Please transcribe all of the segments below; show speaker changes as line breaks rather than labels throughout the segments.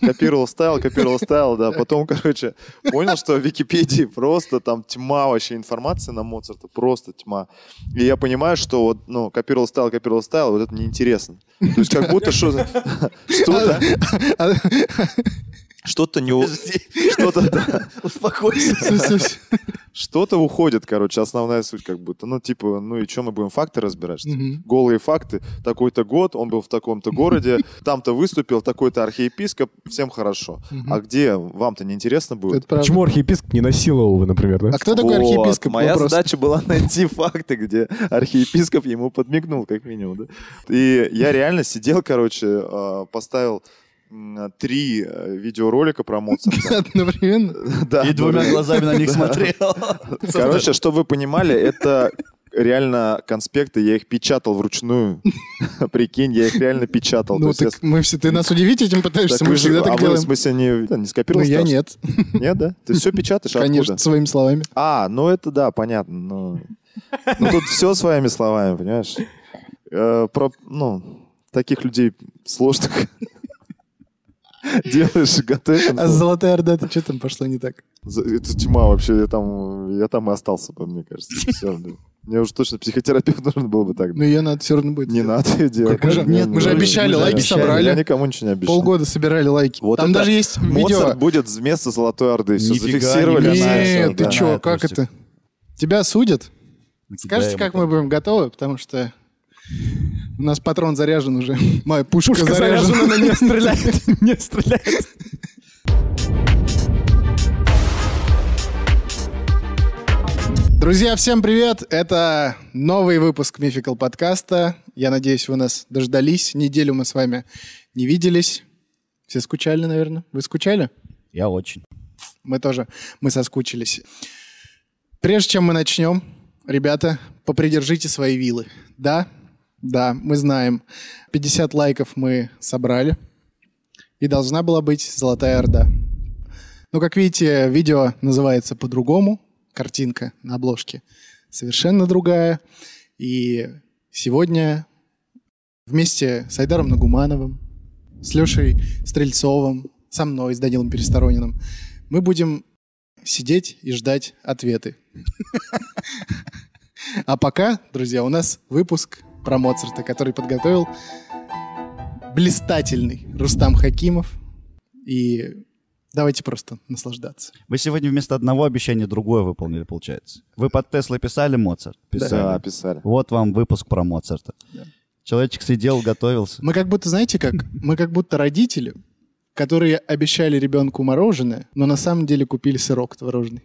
Копировал стайл, копировал стайл, да. Потом, короче, понял, что в Википедии просто там тьма вообще информации на Моцарта, просто тьма. И я понимаю, что вот, ну, копировал стайл, копировал стайл, вот это неинтересно. То есть как будто что- что-то... Что-то не... у- Что-то, да.
Успокойся.
Что-то уходит, короче, основная суть как будто. Ну, типа, ну и что мы будем факты разбирать? что ли?
Мгм.
Голые факты. Такой-то год, он был в таком-то городе, там-то выступил, такой-то архиепископ, всем хорошо.
Мгм.
А где? Вам-то не интересно будет?
Это правда.
Почему архиепископ не насиловал, например, да?
А кто такой
Вот,
архиепископ?
Моя
Вопрос.
задача была найти факты, где архиепископ ему подмигнул, как минимум. Да? И я реально сидел, короче, э, поставил м, три э, видеоролика про Моцарта.
Одновременно? Ну,
Да, ну,
И двумя
которые-
глазами на них
Да.
смотрел.
Короче, чтобы вы понимали, это реально конспекты, я их печатал вручную. Прикинь, я их реально печатал. То
Ну,
есть я с-
так мы все... Ты нас удивить этим пытаешься,
так
мы
вы же-
всегда
а
так
вы, в
делаем.
смысле, не, да, не
Ну,
скопировал?
я
Стас?
нет,
Нет, да? Ты все печатаешь? Откуда?
конечно, своими словами.
А, ну это да, понятно. Ну, ну тут все своими словами, понимаешь? Э, про, ну, таких людей сложных делаешь, готовишь.
А
инфу.
Золотая Орда, ты что там пошло не так?
За- Это тьма вообще, я там, я там и остался бы, мне кажется. Всё, да. Мне уже точно психотерапевт нужен был бы тогда.
Ну, ее надо все равно будет.
Не
делать.
надо ее делать.
мы же-
Не
нет, мы же
надо.
обещали,
Мы же
лайки
обещали.
собрали.
Я никому ничего не обещал.
Полгода собирали лайки.
Вот
там
это
даже есть
Моцарт
видео.
будет вместо Золотой Орды. Все
Нифига
зафиксировали.
не
знаешь,
знаю,
вот,
Нет, Э, ты
да.
чё?
чё,
знаю,
как
Костик.
это? Тебя судят?
Накидаем
Скажете, как
это.
мы будем готовы, потому что у нас патрон заряжен уже. Моя пушка,
Пушка
заряжена.
заряжена, она не стреляет. Не стреляет.
Друзья, всем привет! Это новый выпуск Мификал подкаста. Я надеюсь, вы нас дождались. Неделю мы с вами не виделись. Все скучали, наверное. Вы скучали?
Я очень.
Мы тоже. Мы соскучились. Прежде чем мы начнем, ребята, попридержите свои вилы. Да, да, мы знаем. 50 лайков мы собрали. И должна была быть «Золотая Орда». Но, как видите, видео называется по-другому. Картинка на обложке совершенно другая. И сегодня вместе с Айдаром Нагумановым, с Лешей Стрельцовым, со мной, с Данилом Пересторониным, мы будем сидеть и ждать ответы. А пока, друзья, у нас выпуск про Моцарта, который подготовил блистательный Рустам Хакимов. И давайте просто наслаждаться.
Мы сегодня вместо одного обещания другое выполнили, получается. Вы под Теслой писали Моцарт?
Да, писали.
Вот вам выпуск про Моцарта.
Да.
Человечек сидел, готовился.
Мы как будто, знаете как? Мы как будто родители, которые обещали ребенку мороженое, но на самом деле купили сырок творожный.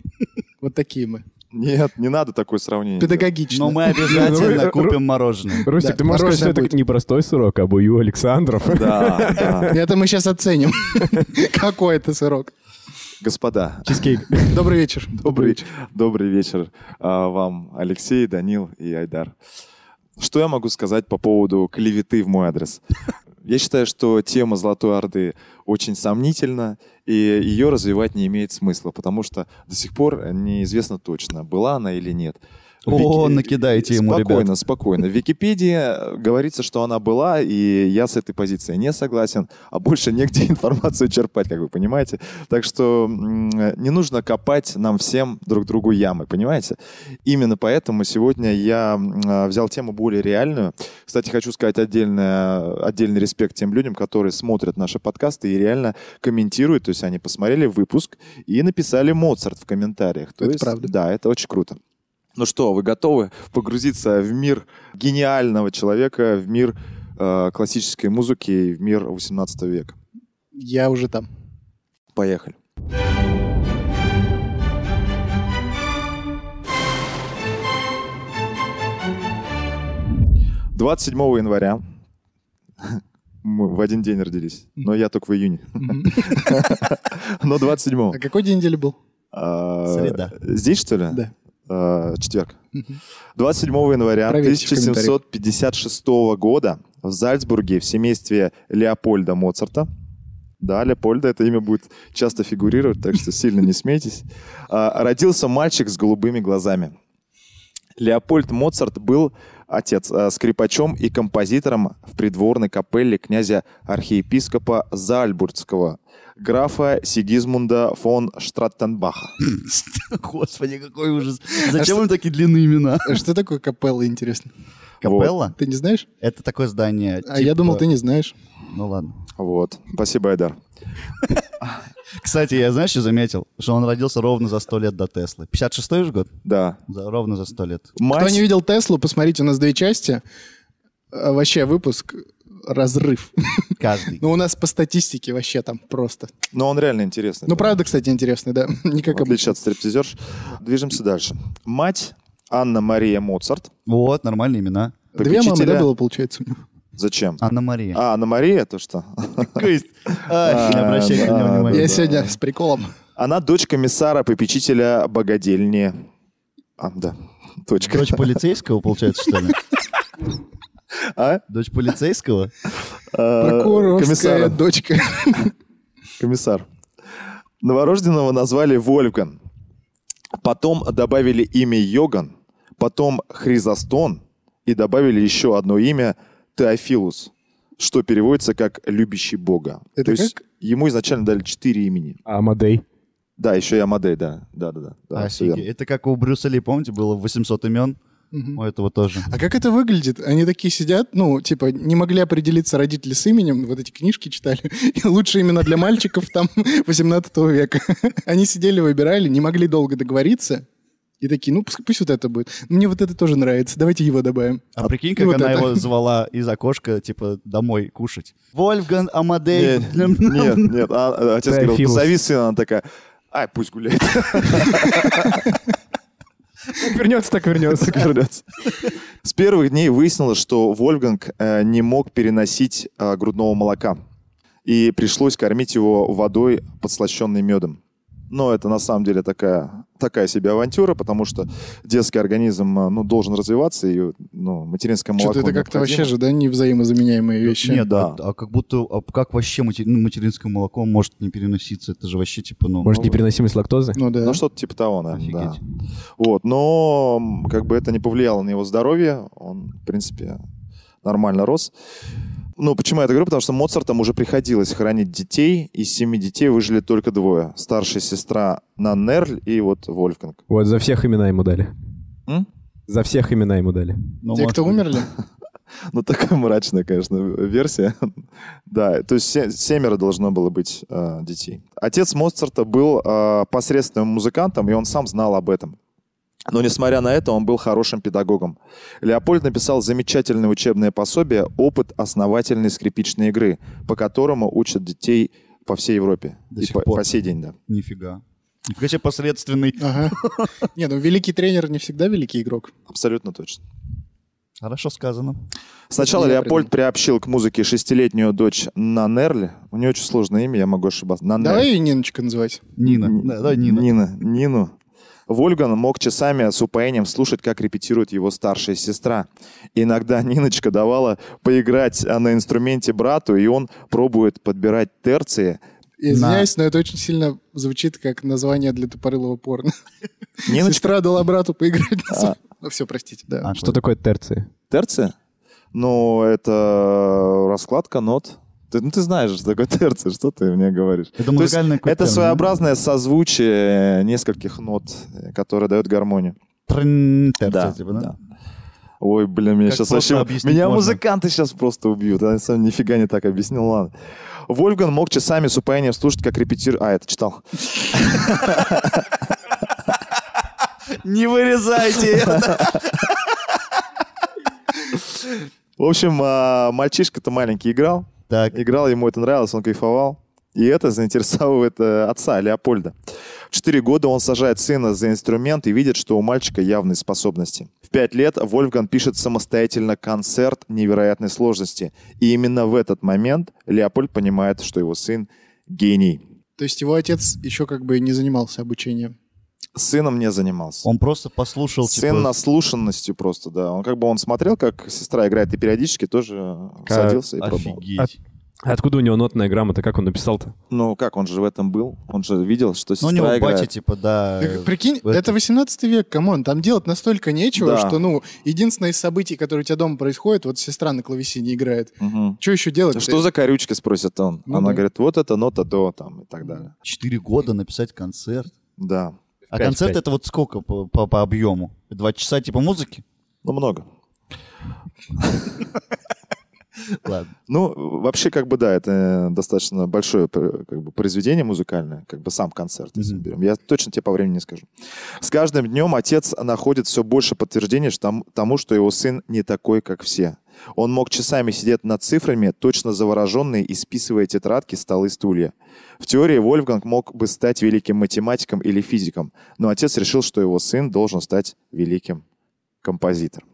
Вот такие мы.
Нет, не надо такое сравнение. делать.
Педагогично.
Но мы обязательно купим мороженое.
Рустик,
Да,
ты можешь сказать, что
мороженое
это
будет.
не простой сырок, а бую Александров.
Да, да.
Это мы сейчас оценим. Какой это сырок.
Господа,
Чизкейк.
Добрый вечер.
добрый, добрый вечер а, вам, Алексей, Данил и Айдар. Что я могу сказать по поводу клеветы в мой адрес? Я считаю, что тема Золотой Орды очень сомнительна, и ее развивать не имеет смысла, потому что до сих пор неизвестно точно, была она или нет. В
О,
Вики-
накидайте ему,
спокойно,
ребят.
спокойно. В Википедии э, говорится, что она была, и я с этой позицией не согласен, а больше негде информацию черпать, как вы понимаете. Так что м, не нужно копать нам всем друг другу ямы, понимаете? Именно поэтому сегодня я м, э, взял тему более реальную. Кстати, хочу сказать отдельное, отдельный респект тем людям, которые смотрят наши подкасты и реально комментируют, то есть они посмотрели выпуск и написали Моцарт в комментариях. То
Это
есть,
правда.
Да, это очень круто. Ну что, вы готовы погрузиться в мир гениального человека, в мир э, классической музыки, и в мир 18 века?
Я уже там.
Поехали. «27 января мы в один день родились, но я только в июне,
Мгм.
но 27
А какой день недели был?
А,
Среда.
Здесь, что ли?
Да.
А, Четверг.
Мгм.
27 января
Проверьте в
1756 года в Зальцбурге в семействе Леопольда Моцарта. Да, Леопольда, это имя будет часто фигурировать, так что сильно не смейтесь. а, Родился мальчик с голубыми глазами. Леопольд Моцарт был отец э, скрипачом и композитором в придворной капелле князя архиепископа Зальбургского, графа Сигизмунда фон Штраттенбаха.
Господи, какой ужас.
А
Зачем им такие длинные имена?
Что такое капелла, интересно?
Капелла?
Ты не знаешь?
Это такое здание.
Типа
типа-
А я думал, ты не знаешь.
Ну ладно.
Вот. Спасибо, Айдар.
Кстати, я знаешь, что заметил? Что он родился ровно за сто лет до Теслы. 56-й же год?
Да.
За- ровно за сто лет.
Кто не
Мать,
видел Теслу, посмотрите, у нас две части. А, Вообще выпуск разрыв.
Каждый.
Ну, у нас по статистике вообще там просто.
но он реально интересный.
Ну,
правда.
правда, кстати, интересный, да. Не как
в отличие
обычно.
от стриптизерш. Движемся дальше. Мать Анна Мария Моцарт.
Вот, нормальные имена.
Две мамы,
попечителя- Ну
да, было, получается? у него?
Зачем?
Анна-Мария.
А, Анна Мария, то что?
То есть, а,
А, да,
Обращай на него
да.
Я
внимание.
сегодня с приколом.
Она дочь комиссара, попечителя богадельни. А, да, точка.
Дочь полицейского, получается, что ли?
А?
Дочь полицейского?
Э,
Прокурорская
комиссара.
дочка.
Комиссар. Новорожденного назвали Вольфган. Потом добавили имя Йоган, потом Хризостон и добавили еще одно имя Теофилус, что переводится как «любящий Бога».
Это
То есть ему изначально дали четыре имени.
А Амадей?
Да, еще и Амадей, да. Да, да, да. да всё
Офигеть.
верно.
Это как у Брюса Ли, помните, было 800 имен? У этого тоже.
А как это выглядит? Они такие сидят, ну, типа, не могли определиться родители с именем, вот эти книжки читали. И лучше именно для мальчиков там 18 века. Они сидели, выбирали, не могли долго договориться. И такие, ну, пусть, пусть вот это будет. Мне вот это тоже нравится, давайте его добавим.
А прикинь,
И
как
вот
она
это.
его звала из окошка, типа, домой кушать. Вольфган Амадей.
Нет, нет, нет. А, э, Отец говорил,
Теофилус.
позови сына, она такая, ай, пусть гуляет,
Как вернется, так вернется.
вернется. С первых дней выяснилось, что Вольфганг э, не мог переносить э, грудного молока. И пришлось кормить его водой, подслащенной медом. Но это на самом деле такая, такая себе авантюра, потому что детский организм э, ну, должен развиваться, и ну, материнское молоко
Что-то это как-то
необходимо.
вообще же, да, невзаимозаменяемые вещи.
Нет,
да.
да. А, как будто, а как вообще матери- ну, материнское молоко может не переноситься? Это же вообще типа, ну...
Может, непереносимость лактозы?
Ну да.
Ну, что-то типа того, наверное, да.
Офигеть.
Вот, но м, как бы это не повлияло на его здоровье, он, в принципе, нормально рос. Ну, почему я это говорю? Потому что Моцартам уже приходилось хранить детей, из семи детей выжили только двое. Старшая сестра Наннерль и вот Вольфганг.
Вот, за всех имена ему дали.
М?
За всех имена ему дали.
Ну,
Те,
может
кто
быть.
умерли?
Ну, такая мрачная, конечно, версия. Да, то есть се- семеро должно было быть э, детей. Отец Моцарта был э, посредственным музыкантом, и он сам знал об этом. Но, несмотря на это, он был хорошим педагогом. Леопольд написал замечательное учебное пособие «Опыт основательной скрипичной игры», по которому учат детей по всей Европе.
До
и
сих
по,
пор.
по сей день, да.
Нифига. Нифига себе посредственный.
Ага. Не, ну великий тренер не всегда великий игрок.
Абсолютно точно.
Ну, Хорошо сказано.
Сначала
Я
Леопольд приобщил к музыке шестилетнюю дочь Нанерль. У нее очень сложное имя, я могу ошибаться. Нанерль.
Давай ее Ниночка называть.
Нина.
Н-
Да, да, Нина.
Нина. Нину. Вольган мог часами с упоением слушать, как репетирует его старшая сестра. Иногда Ниночка давала поиграть а, на инструменте брату, и он пробует подбирать терции.
Я Извиняюсь, но это очень сильно звучит как название для тупорылого порно.
Ниночка...
Сестра дала брату поиграть. на
типа А.
су- Ну все, простите, да.
А,
Что такое терции?
Терции? Ну, это раскладка нот. Ты, ну, ты знаешь, что такое терция, что ты мне говоришь.
Это
То есть
музыкальный какой-то
это
термин, да?
своеобразное созвучие нескольких нот, э, которое дает гармонию.
Трын, терция, типа, да?
Ой, блин, меня
Как
сейчас
просто
вообще...
объяснить
Меня
можно?
музыканты сейчас просто убьют. Я сам нифига не так объяснил, ладно. Вольфган мог часами с упоением слушать, как репетир... А, это читал.
Не вырезайте это.
В общем, а, мальчишка-то маленький играл.
Так,
Играл, ему это нравилось, он кайфовал. И это заинтересовывает э, отца Леопольда. В 4 года он сажает сына за инструмент и видит, что у мальчика явные способности. В 5 лет Вольфган пишет самостоятельно концерт невероятной сложности. И именно в этот момент Леопольд понимает, что его сын гений.
То есть его отец еще как бы не занимался обучением.
сыном не занимался.
он просто послушал,
Сын
типа,
наслушанностью просто, да. Он как бы он смотрел, как сестра играет, и периодически тоже
Как-
садился и пробовал.
А
офигеть.
Откуда у него нотная грамота? Как он написал-то?
Ну как, он же в этом был. Он же видел, что
Ну,
сестра
у него
играет.
батя, типа,
Э,
да.
Так, прикинь,
в это-
это 18 век, камон, там делать настолько нечего,
Да.
что, ну, единственное из событий, которое у тебя дома происходит, вот сестра на клавесине играет.
Мгм.
Что еще делать?
Что за корючки, спросит он.
Типа, Ну
Она
да.
говорит, вот эта нота до там и так далее.
Четыре года написать концерт.
Да.
А
Пять,
концерт
пять.
это вот сколько по, по- по объему? Два часа типа музыки?
Ну много.
Ладно.
Ну, вообще, как бы, да, это достаточно большое э, как бы, произведение музыкальное, как бы сам концерт, если
Мгм.
берем. Я точно тебе по времени не скажу. С каждым днем отец находит все больше подтверждений что там- тому, что его сын не такой, как все. Он мог часами сидеть над цифрами, точно завороженный, и списывая тетрадки, столы, стулья. В теории Вольфганг мог бы стать великим математиком или физиком, но отец решил, что его сын должен стать великим композитор.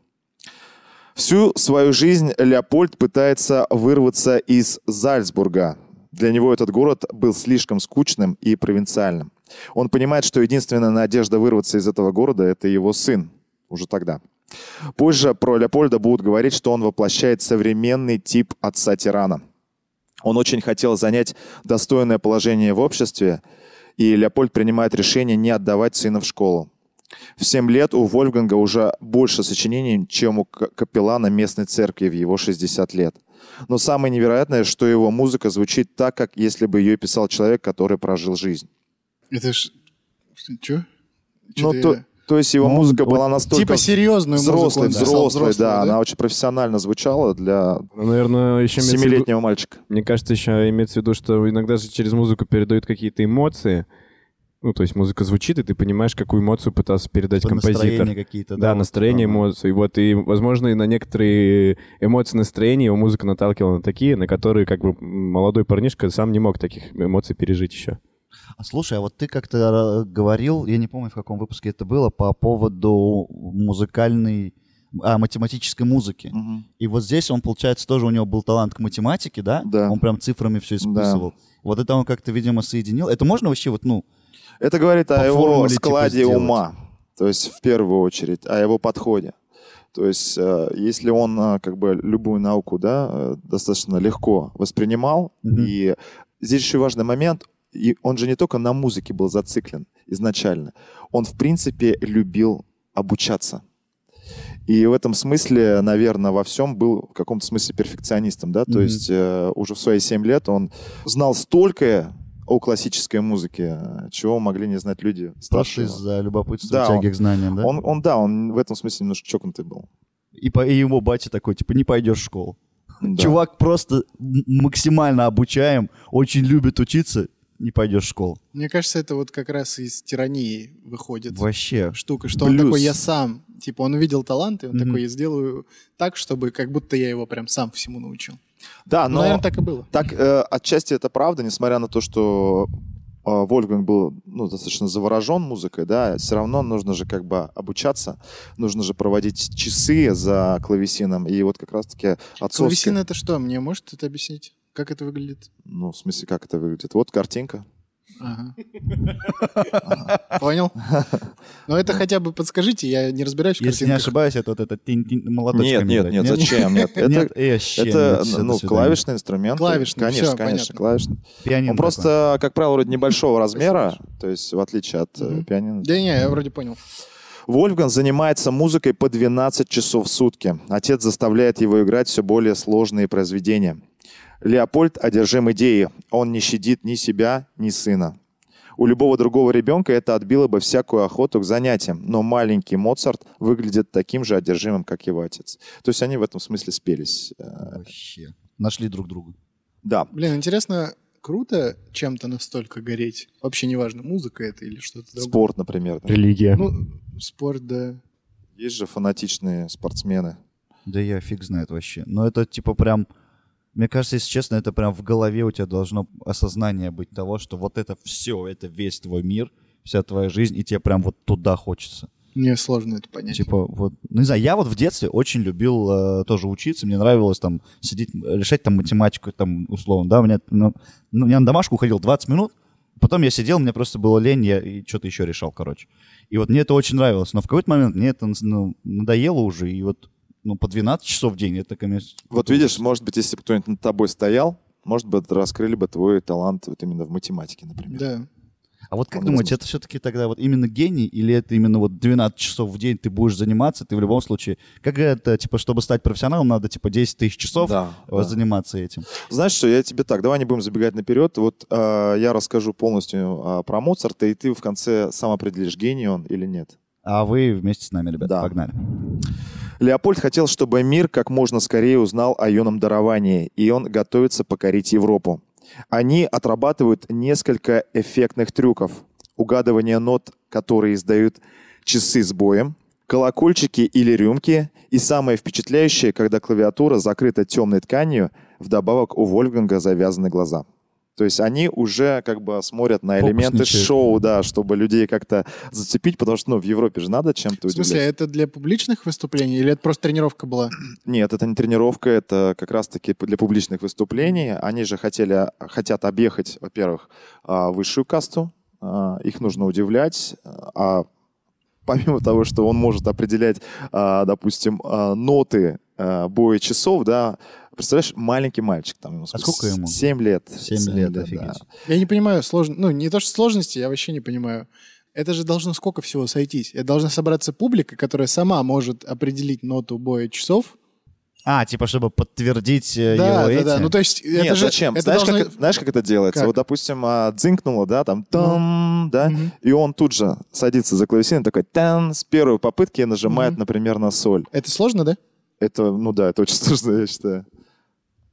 Всю свою жизнь Леопольд пытается вырваться из Зальцбурга. Для него этот город был слишком скучным и провинциальным. Он понимает, что единственная надежда вырваться из этого города – это его сын. Уже тогда. Позже про Леопольда будут говорить, что он воплощает современный тип отца-тирана. Он очень хотел занять достойное положение в обществе, и Леопольд принимает решение не отдавать сына в школу. В 7 лет у Вольфганга уже больше сочинений, чем у к- капеллана местной церкви в его 60 лет. Но самое невероятное, что его музыка звучит так, как если бы ее писал человек, который прожил жизнь.
Это ж... Что?
Ну, то, то есть его
Ну,
музыка
он-
была настолько
Типа серьезную
взрослой,
музыку он писал,
взрослой, да,
взрослую,
она очень профессионально звучала для
Ну, Наверное, еще имеется в виду-
семилетнего мальчика.
Мне кажется, еще имеется в виду, что иногда же через музыку передают какие-то эмоции. Ну, то есть музыка звучит, и ты понимаешь, какую эмоцию пытался передать композитор.
Типа, Настроение какие-то.
Да,
вот,
настроение,
типа,
эмоции. Вот, и, возможно, и на некоторые эмоции, настроения его музыка наталкивала на такие, на которые, как бы, молодой парнишка сам не мог таких эмоций пережить еще.
А слушай, а вот ты как-то э, говорил, я не помню, в каком выпуске это было, по поводу музыкальной, а, математической музыки.
Мгм.
И вот здесь он, получается, тоже у него был талант к математике, да?
Да.
Он прям цифрами все исписывал. Вот это он как-то, видимо, соединил. Это можно вообще вот, ну,
Это говорит
По
о его
формуле, типа,
складе
сделать.
ума, то есть в первую очередь, о его подходе. То есть, э, если он э, как бы любую науку, да, э, достаточно легко воспринимал,
Мгм.
и здесь еще важный момент, и он же не только на музыке был зациклен изначально, он в принципе любил обучаться. И в этом смысле, наверное, во всем был в каком-то смысле перфекционистом, да, то
Мгм.
есть э, уже в свои 7 лет он знал столько о классической музыке, э, чего могли не знать люди
просто
старше. его.
из-за любопытства
Да,
и тяги к знаниям, да?
Он, он, да, он в этом смысле немножко чокнутый был.
И, по, и его батя такой, типа, не пойдешь в школу.
Да.
Чувак просто м- максимально обучаем, очень любит учиться, не пойдешь в школу.
да? Мне кажется, это вот как раз из тирании выходит
Вообще.
штука, что он
Блюз.
такой, я сам. Типа он увидел талант, и он
Мгм.
такой, я сделаю так, чтобы как будто я его прям сам всему научил.
Да,
Ну,
но
наверное, так и было.
так э, отчасти это правда, несмотря на то, что э, Вольфганг был ну, достаточно заворожен музыкой, да, все равно нужно же как бы обучаться, нужно же проводить часы за клавесином, и вот как раз-таки отцовская...
Клавесин это что? Мне может это объяснить? Как это выглядит?
Ну, в смысле, как это выглядит? Вот картинка.
Ага. Понял? Но это хотя бы подскажите, я не разбираюсь в
Если не
картинках.
ошибаюсь, это вот этот тин- тин- молоточками
Нет, нет,
играть.
нет, зачем? Нет, это...
Нет, э, ща,
Это,
нет, всё, до
ну,
свидания.
клавишный инструмент.
Клавишный,
Конечно,
всё,
конечно,
понятно.
клавишный.
Пианино
Он просто, как правило, вроде небольшого размера,
Спасибо
то есть в отличие от э,
Мгм.
пианино.
Да не, я вроде понял.
Вольфган занимается музыкой по 12 часов в сутки. Отец заставляет его играть все более сложные произведения. Леопольд одержим идеей. Он не щадит ни себя, ни сына. У любого другого ребенка это отбило бы всякую охоту к занятиям, но маленький Моцарт выглядит таким же одержимым, как его отец. То есть они в этом смысле спелись.
такое.
Э,
Вообще. Нашли друг друга.
Да.
Блин, интересно, круто чем-то настолько гореть? Вообще неважно, музыка это или что-то другое.
Спорт, например. да.
Религия.
Ну, спорт, да.
Есть же фанатичные спортсмены.
Да я фиг знает вообще. Но это типа прям... Мне кажется, если честно, это прям в голове у тебя должно осознание быть того, что вот это все, это весь твой мир, вся твоя жизнь, и тебе прям вот туда хочется.
Мне сложно это понять.
Типа, вот, ну не знаю, я вот в детстве очень любил э, тоже учиться, мне нравилось там сидеть, э, решать там математику, там, условно, да, у меня, ну, ну, я на домашку уходил 20 минут, потом я сидел, мне просто было лень, я и что-то еще решал, короче. И вот мне это очень нравилось, но в какой-то момент мне это ну, надоело уже, и вот, ну, по 12 часов в день это, конечно...
Вот видишь, может быть, если бы кто-нибудь над тобой стоял может быть, раскрыли бы твой талант вот именно в математике, например.
Да.
А вот как
Вполне
думаете, это все-таки тогда вот именно гений или это именно вот 12 часов в день ты будешь заниматься, ты в любом случае... Как это, типа, чтобы стать профессионалом, надо, типа, 10 тысяч часов
Да,
э,
да.
заниматься этим.
Знаешь что, я тебе так, давай не будем забегать наперед. Вот э, я расскажу полностью э, про Моцарта, и ты в конце сам определишь, гений он или нет.
А вы вместе с нами, ребята,
Да.
погнали.
Леопольд хотел, чтобы мир как можно скорее узнал о юном даровании, и он готовится покорить Европу. Они отрабатывают несколько эффектных трюков. Угадывание нот, которые издают часы с боем, колокольчики или рюмки, и самое впечатляющее, когда клавиатура закрыта темной тканью, вдобавок у Вольфганга завязаны глаза. То есть они уже как бы смотрят на элементы
Фокусничают.
шоу, да, чтобы людей как-то зацепить, потому что ну, в Европе же надо чем-то
В смысле, а
удивлять.
это для публичных выступлений или это просто тренировка была?
Нет, это не тренировка, это как раз-таки для публичных выступлений. Они же хотели, хотят объехать, во-первых, а, высшую касту, а, их нужно удивлять, а помимо того, что он может определять, а, допустим, а, ноты а, боя часов, да, представляешь, маленький мальчик, там ему
А сколько ему?
7 лет.
7
Семь
лет,
да.
офигеть.
Я не понимаю сложно, ну не то что сложности, я вообще не понимаю. Это же должно сколько всего сойтись? Это должна собраться публика, которая сама может определить ноту боя часов.
А, типа, чтобы подтвердить э,
да,
его
да, да.
эти?
Ну то есть это
Нет,
же
зачем?
это
знаешь,
должно-
как, это- знаешь, как это делается?
Как? Ну.
Вот, допустим, а, дзинкнуло, да, там, там, да,
Мгм.
и он тут же садится за клавесин и такой, там, с первой попытки нажимает,
Мгм.
например, на соль.
Это сложно, да?
Это, ну да, это очень сложно, я считаю.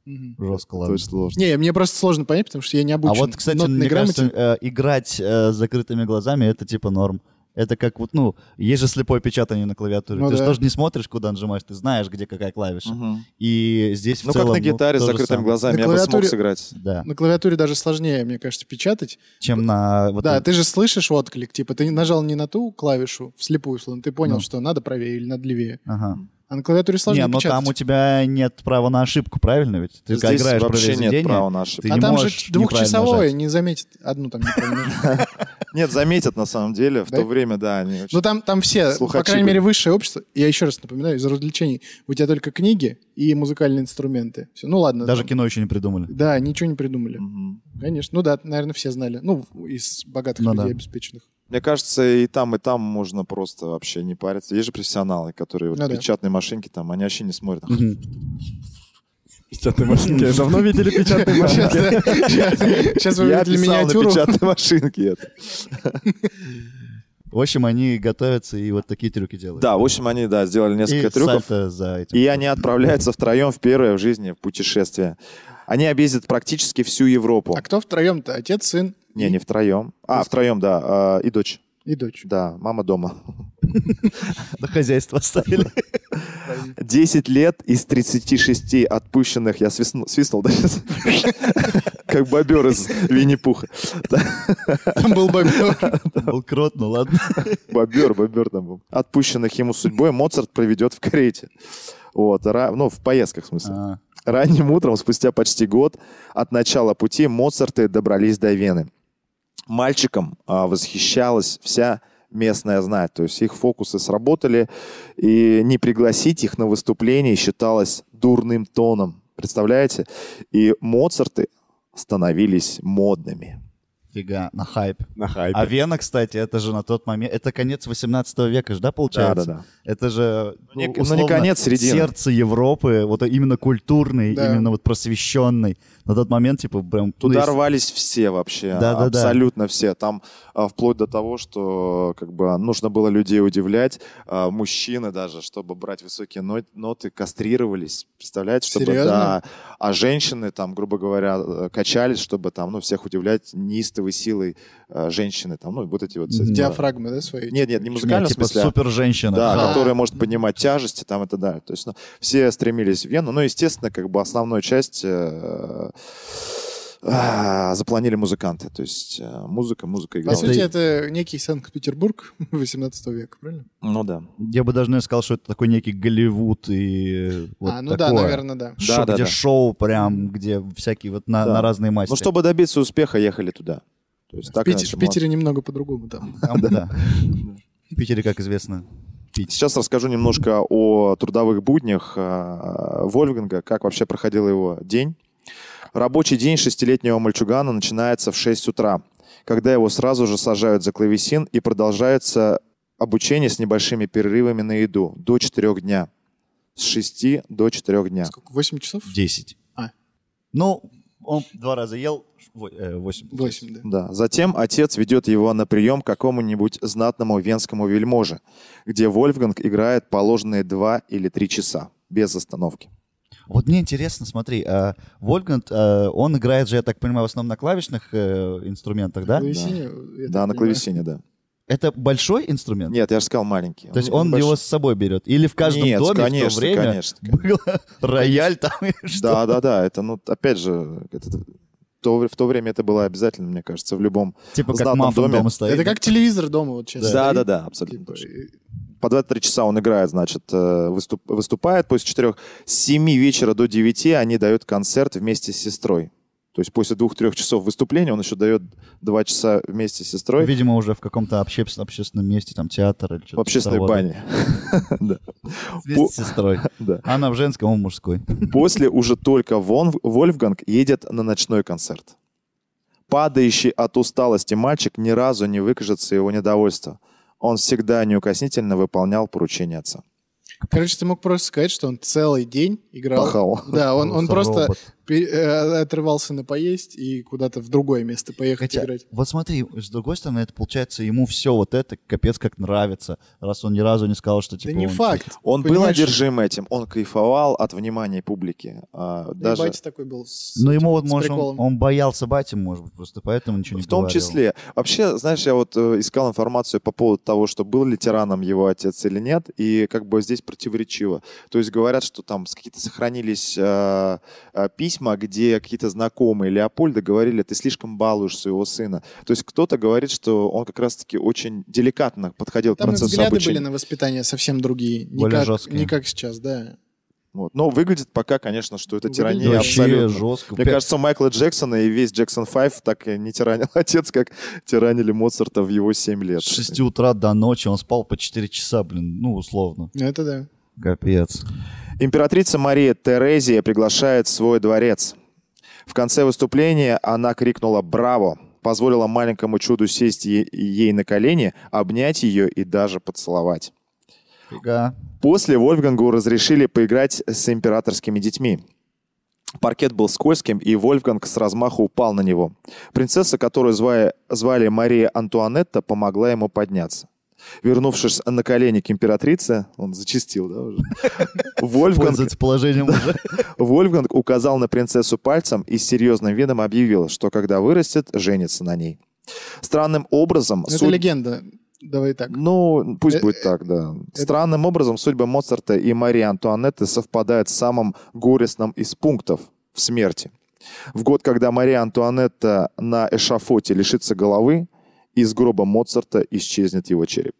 Мгм.
Жестко,
Это
ладно.
очень сложно.
Не, мне просто сложно понять, потому что я не
А
обучен.
вот, кстати,
нотной
мне
грамоте.
кажется, э, играть э, с закрытыми глазами это типа норм. Это как вот, ну, есть же слепое печатание на клавиатуре.
Ну
ты же
да.
тоже не смотришь, куда нажимаешь, ты знаешь, где какая клавиша.
Мгм.
И здесь в
Ну, как
целом,
на гитаре с
то же
закрытыми
самое.
глазами
На
я бы смог
клавиатуре-
сыграть.
Да.
На клавиатуре даже сложнее, мне кажется, печатать.
Чем на... Вот
Ну, да,
это.
ты же слышишь отклик, типа ты нажал не на ту клавишу вслепую, условно, ты понял,
Ну.
что надо правее или надо левее.
Ага.
А на клавиатуре сложнее
не, но
печатать.
там у тебя нет права на ошибку, правильно ведь? Ты когда
Здесь
играешь
вообще нет
произведение,
права на ошибку.
ты
а
не
там
можешь
же двухчасовое,
неправильно
не заметит одну там неправильно.
Нет, заметят на самом деле. В
Да?
то время, да, они очень-
Ну там, там все,
Слухачи
по крайней
были.
мере, высшее общество, я еще раз напоминаю, из развлечений у тебя только книги и музыкальные инструменты. Всё, Ну ладно.
Даже
там-
кино еще не придумали.
Да, ничего не придумали.
Мгм.
Конечно. Ну да, наверное, все знали. Ну, в- из богатых
Ну
людей,
да.
обеспеченных.
Мне кажется, и там, и там можно просто вообще не париться. Есть же профессионалы, которые вот
Ну да.
печатные машинки там, они вообще не смотрят.
Мгм.
Печатные машинки. Давно видели печатные
Сейчас сейчас вы
Я
видели
писал на
миниатюру.
печатной машинке это.
В общем, они готовятся и вот такие трюки делают.
Да, в общем, они, да, сделали несколько
и
трюков.
сальто за этим.
И они отправляются втроем в первое в жизни в путешествие. Они объездят практически всю Европу.
А кто втроем-то? Отец, сын
Не, не втроем. А, втроем, да. а, И дочь.
и дочь.
Да, мама дома.
На хозяйство оставили.
10 лет из 36 отпущенных, я свистну- свистнул, да, сейчас? как бобер из Винни-Пуха.
Там был бобер.
Был крот, ну ладно.
Бобер, бобер там был. Отпущенных ему судьбой Моцарт проведет в карете. Вот, ра- ну, в поездках, в смысле.
А.
Ранним утром, спустя почти год от начала пути, Моцарты добрались до Вены. Мальчиком а, восхищалась вся местная знать. То есть их фокусы сработали, и не пригласить их на выступление считалось дурным тоном. Представляете? И Моцарты становились модными.
Фига, на хайп.
На
А
хайпе.
Вена, кстати, это же на тот момент... Это конец 18 века же, да, получается?
Да-да-да.
Это же,
Ну, не- ну, не
условно,
конец, середина.
сердце Европы, вот именно культурный,
Да.
именно вот просвещенный. На тот момент, типа, прям... ну,
Туда
если-
рвались все вообще,
Да-да-да.
абсолютно все. Там а, вплоть до того, что как бы нужно было людей удивлять, а, мужчины даже, чтобы брать высокие но- ноты, кастрировались, представляете, чтобы
Серьезно?
да, а женщины там, грубо говоря, э, качались, чтобы там, ну, всех удивлять неистовой силой э, женщины, там, ну, вот эти вот.
Мгм.
Диафрагмы, да, свои?
Нет, нет, не в
Нет,
музыкальном
типа,
смысле, а
супер-женщина.
да,
Ага.
которая может поднимать тяжести там и так далее. То есть ну, все стремились в Вену. Ну, естественно, как бы основную часть э, а, запланили музыканты. То есть э, музыка, музыка
По
играла.
сути, это некий Санкт-Петербург 18 века, правильно?
Ну да.
Я бы даже наверное, сказал, что это такой некий Голливуд и э, вот
А, ну да,
такое.
наверное, да.
Шо-
Да, да,
где
да.
шоу прям, где всякие вот на,
Да.
на разные масти.
Ну, чтобы добиться успеха, ехали туда. То есть так
В Пит-
раньше
в Питере немного по-другому там.
Там, да. В Питере, как известно,
было. Сейчас расскажу немножко о трудовых буднях э, Вольфганга, как вообще проходил его день. Рабочий день шестилетнего мальчугана начинается в 6 утра, когда его сразу же сажают за клавесин и продолжается обучение с небольшими перерывами на еду до 4 дня. С 6 до 4 дня.
Сколько? 8 часов?
10.
А.
Ну, он два раза ел, э, 8.
8, да.
Да. Затем отец ведет его на прием к какому-нибудь знатному венскому вельможе, где Вольфганг играет положенные два или три часа без остановки.
Вот мне интересно, смотри, а, Вольфганг, а, он играет же, я так понимаю, в основном на клавишных э, инструментах, да?
Клавесине, я так
да, на
понимаю.
клавесине, да.
Это большой инструмент?
Нет, я же сказал маленький.
То есть он
большой.
его с собой берет? Или в каждом
Нет,
доме в то
конечно,
время
конечно,
было рояль там и что?
Да, да, да. Это, ну, опять же, это, то, в то время это было обязательно, мне кажется, в любом.
Типа
в
как
знатном
маффин
доме.
дома стоит.
Это как телевизор дома вот сейчас.
Да, да,
стоит,
да, абсолютно.
типа,
точно.
и-
По 2-3 часа он играет, значит, э, выступ- выступает после 4. С 7 вечера до 9 они дают концерт вместе с сестрой. То есть после 2-3 часов выступления он еще дает 2 часа вместе с сестрой
Видимо, уже в каком-то обще- общественном месте, там театр или что-то.
в общественной
работает.
бане. Да,
Вместе с сестрой.
да.
Она в женском, он в мужской.
После уже только Вон- Вольфганг едет на ночной концерт. Падающий от усталости мальчик ни разу не выкажет своего недовольства. Он всегда неукоснительно выполнял поручения отца.
Короче, ты мог просто сказать, что он целый день играл.
Пахал.
Да, он, он просто
робот.
пе- э, отрывался на поесть и куда-то в другое место поехать
Хотя,
играть.
вот смотри, с другой стороны, это получается, ему все вот это капец как нравится, раз он ни разу не сказал, что типа...
да не
он-
факт.
Он был
Понимаешь?
одержим этим, он кайфовал от внимания публики. А,
Да и
даже
батя такой был. с
Ну, ему
этим,
вот,
с
может, он,
приколом.
он боялся бати, может быть, просто поэтому ничего не
в том
говорил.
числе. Вообще, знаешь, я вот э, искал информацию по поводу того, что был ли тираном его отец или нет, и как бы здесь противоречиво. То есть говорят, что там с- какие-то сохранились э, э, письма, где какие-то знакомые Леопольда говорили, ты слишком балуешь своего сына. То есть кто-то говорит, что он как раз-таки очень деликатно подходил к
Там и
процессу
взгляды
обучения.
были на воспитание совсем другие. Не
Более
как,
жесткие.
Не как сейчас, да.
Вот. Но выглядит пока, конечно, что это
Выглядит
тирания
Да Вообще
абсолютно.
жестко.
Мне
Пя-
кажется, Майкла Джексона и весь Джексон 5 так и не тиранил отец, как тиранили Моцарта в его 7 лет.
с 6 утра до ночи он спал по 4 часа, блин, ну, условно.
Ну, Это да.
Капец.
Императрица Мария Терезия приглашает в свой дворец. В конце выступления она крикнула «Браво!», позволила маленькому чуду сесть е- ей на колени, обнять ее и даже поцеловать.
Фига.
После Вольфгангу разрешили поиграть с императорскими детьми. Паркет был скользким, и Вольфганг с размаху упал на него. Принцесса, которую звали, звали Мария Антуанетта, помогла ему подняться. Вернувшись на колени к императрице, он зачистил, да, уже? Вольфганг,
Пользуется положением уже.
Вольфганг указал на принцессу пальцем и с серьезным видом объявил, что когда вырастет, женится на ней. Странным образом...
Ну, Это
суд-
легенда. Давай так.
ну, пусть
Э,
будет
э,
так, да. Странным образом судьбы Моцарта и Марии Антуанетты совпадают с самым горестным из пунктов в смерти. В год, когда Мария Антуанетта на эшафоте лишится головы, из гроба Моцарта исчезнет его череп.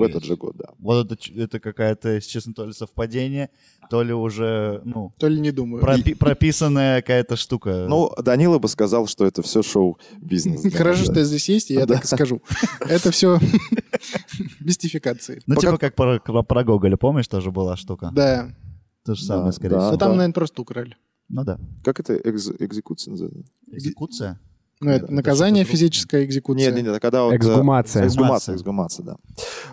В этот же год, да.
Вот это, ч- это какая-то, если честно, то ли совпадение, то ли уже, ну,
То ли не думаю.
пропи- прописанная какая-то штука.
Ну, Данила бы сказал, что это все шоу-бизнес. да, да.
Хорошо, что я здесь есть, и я так и скажу. Это все мистификации.
ну
по
типа как про, про- про Гоголя, помнишь, тоже была штука?
Да.
То же самое,
Да,
скорее
да.
всего.
Но Ну, там,
да.
наверное, просто украли.
Ну да.
Как это экз- экзекуция называется?
Экзекуция?
Ну, это
это
наказание,
что-то другое.
физическая экзекуция.
Нет, нет, нет, когда вот... э,
Эксгумация.
Эксгумация, эксгумация, да.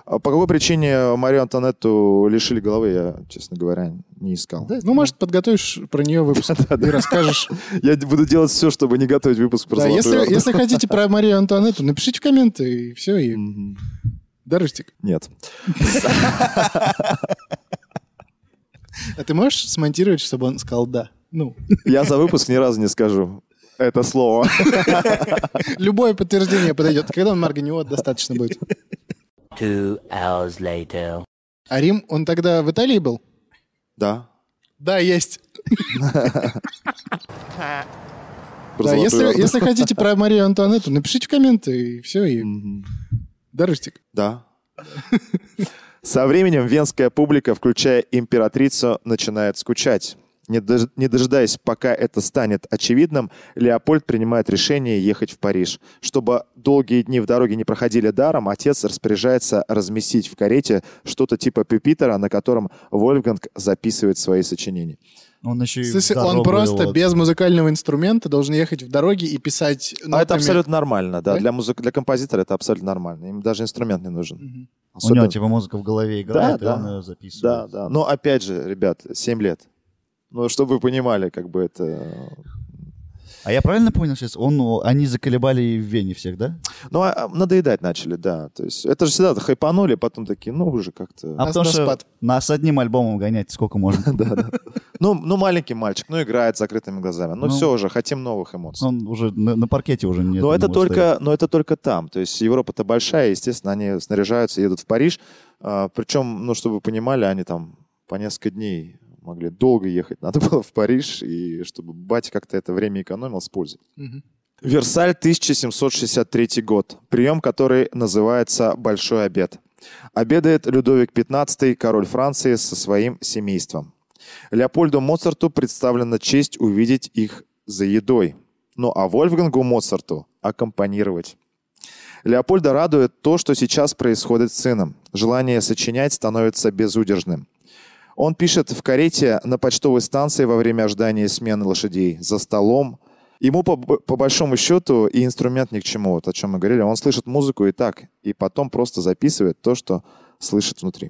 А По какой причине Марию Антонетту лишили головы, я, честно говоря, не искал.
Ну, может, подготовишь про нее выпуск и расскажешь.
Я д- буду делать все, чтобы не готовить выпуск про
Да,
золотую
если,
орду.
если хотите про Марию Антуанетту, напишите в комменты, и все, и
Мгм.
дарустик.
Нет.
А ты можешь смонтировать, чтобы он сказал «да»? Ну,
Я за выпуск ни разу не скажу это слово.
любое подтверждение подойдет. Когда он Марганиот, достаточно будет.
Two hours later.
А Рим, он тогда в Италии был?
Да.
Да, есть.
Про
Да,
золотую
если,
орду.
если хотите про Марию Антуанетту, напишите в комменты, и все, и
Мгм.
дарустик.
Да. Со временем венская публика, включая императрицу, начинает скучать. Не, дож- не дожидаясь, пока это станет очевидным, Леопольд принимает решение ехать в Париж. Чтобы долгие дни в дороге не проходили даром, отец распоряжается разместить в карете что-то типа пюпитера, на котором Вольфганг записывает свои сочинения.
Он еще и
В смысле,
в дорогу
он просто
его-
без музыкального инструмента должен ехать в дороге и писать
Ну,
А это
нотами.
абсолютно нормально, да.
Да?
Для, музы- для композитора это абсолютно нормально. Им даже инструмент не нужен.
Мгм.
У него
Особенно-
типа музыка в голове играет,
да.
и он ее
Да,
записывает.
да. Но опять же, ребят, 7 лет. Ну, чтобы вы понимали, как бы это... э,
А я правильно понял сейчас? Он, о, они заколебали и в Вене всех, да?
Ну, а- а надоедать начали, да. То есть это же всегда хайпанули, потом такие, ну, уже как-то...
А
На-
потому
на
что
спад.
нас одним альбомом гонять сколько можно?
Да, да. Ну, ну, маленький мальчик, ну, играет с закрытыми глазами. Ну,
Ну.
все уже, хотим новых эмоций.
Он уже на, на паркете уже не
но Ну, это
может
только, но это только там. То есть Европа-то большая, естественно, они снаряжаются, едут в Париж. А, причем, ну, чтобы вы понимали, они там по несколько дней могли долго ехать. Надо было в Париж, и чтобы батя как-то это время экономил с пользой.
Мгм.
Версаль, 1763 год. Прием, который называется «Большой обед». Обедает Людовик XV, король Франции, со своим семейством. Леопольду Моцарту представлена честь увидеть их за едой. Ну а Вольфгангу Моцарту – аккомпанировать. Леопольда радует то, что сейчас происходит с сыном. Желание сочинять становится безудержным. Он пишет в карете на почтовой станции во время ожидания смены лошадей, за столом, Ему по, б- по большому счету и инструмент ни к чему, вот о чем мы говорили. Он слышит музыку и так, и потом просто записывает то, что слышит внутри.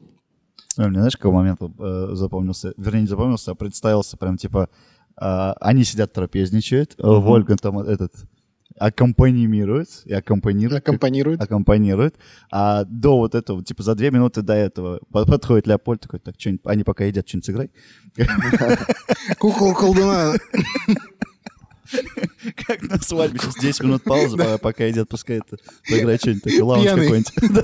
Ой, Ну, Мне знаешь, какой момент э, запомнился? Вернее, не запомнился, а представился прям типа... а, они сидят трапезничают, э, Вольга там этот аккомпанимирует и
А
аккомпанирует. как-
Аккомпанирует.
аккомпанирует. А до вот этого, типа за две минуты до этого по- подходит Леопольд такой, так, что-нибудь, они пока едят, что-нибудь сыграй.
Кукол колдуна.
Как на свадьбе, сейчас 10 минут паузы, по- пока едят, пускай это поиграй что-нибудь, такой лаунж
Пьяный.
какой-нибудь.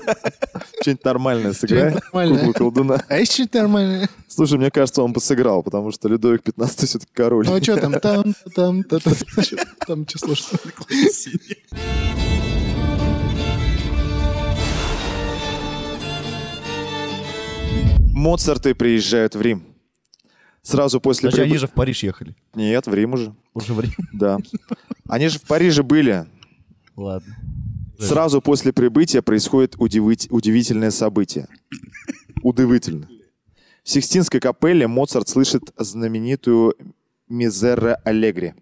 Что-нибудь нормальное сыграй.
Что-нибудь нормальное.
Куклу колдуна.
А есть что-то нормальное?
Слушай, мне кажется, он бы сыграл, потому что Людовик 15 все-таки король.
Ну а что там? Там, там, та- та- та- чё- там, что слушать?
Моцарты приезжают в Рим. Сразу после...
Подожди, они
прибы-
же в Париж ехали.
Нет, в Рим уже.
Уже в Рим.
Да. Они же в Париже были.
Ладно.
Сразу после прибытия происходит удивить- удивительное событие. Удивительно. В Сикстинской капелле Моцарт слышит знаменитую «Мизерре Аллегри».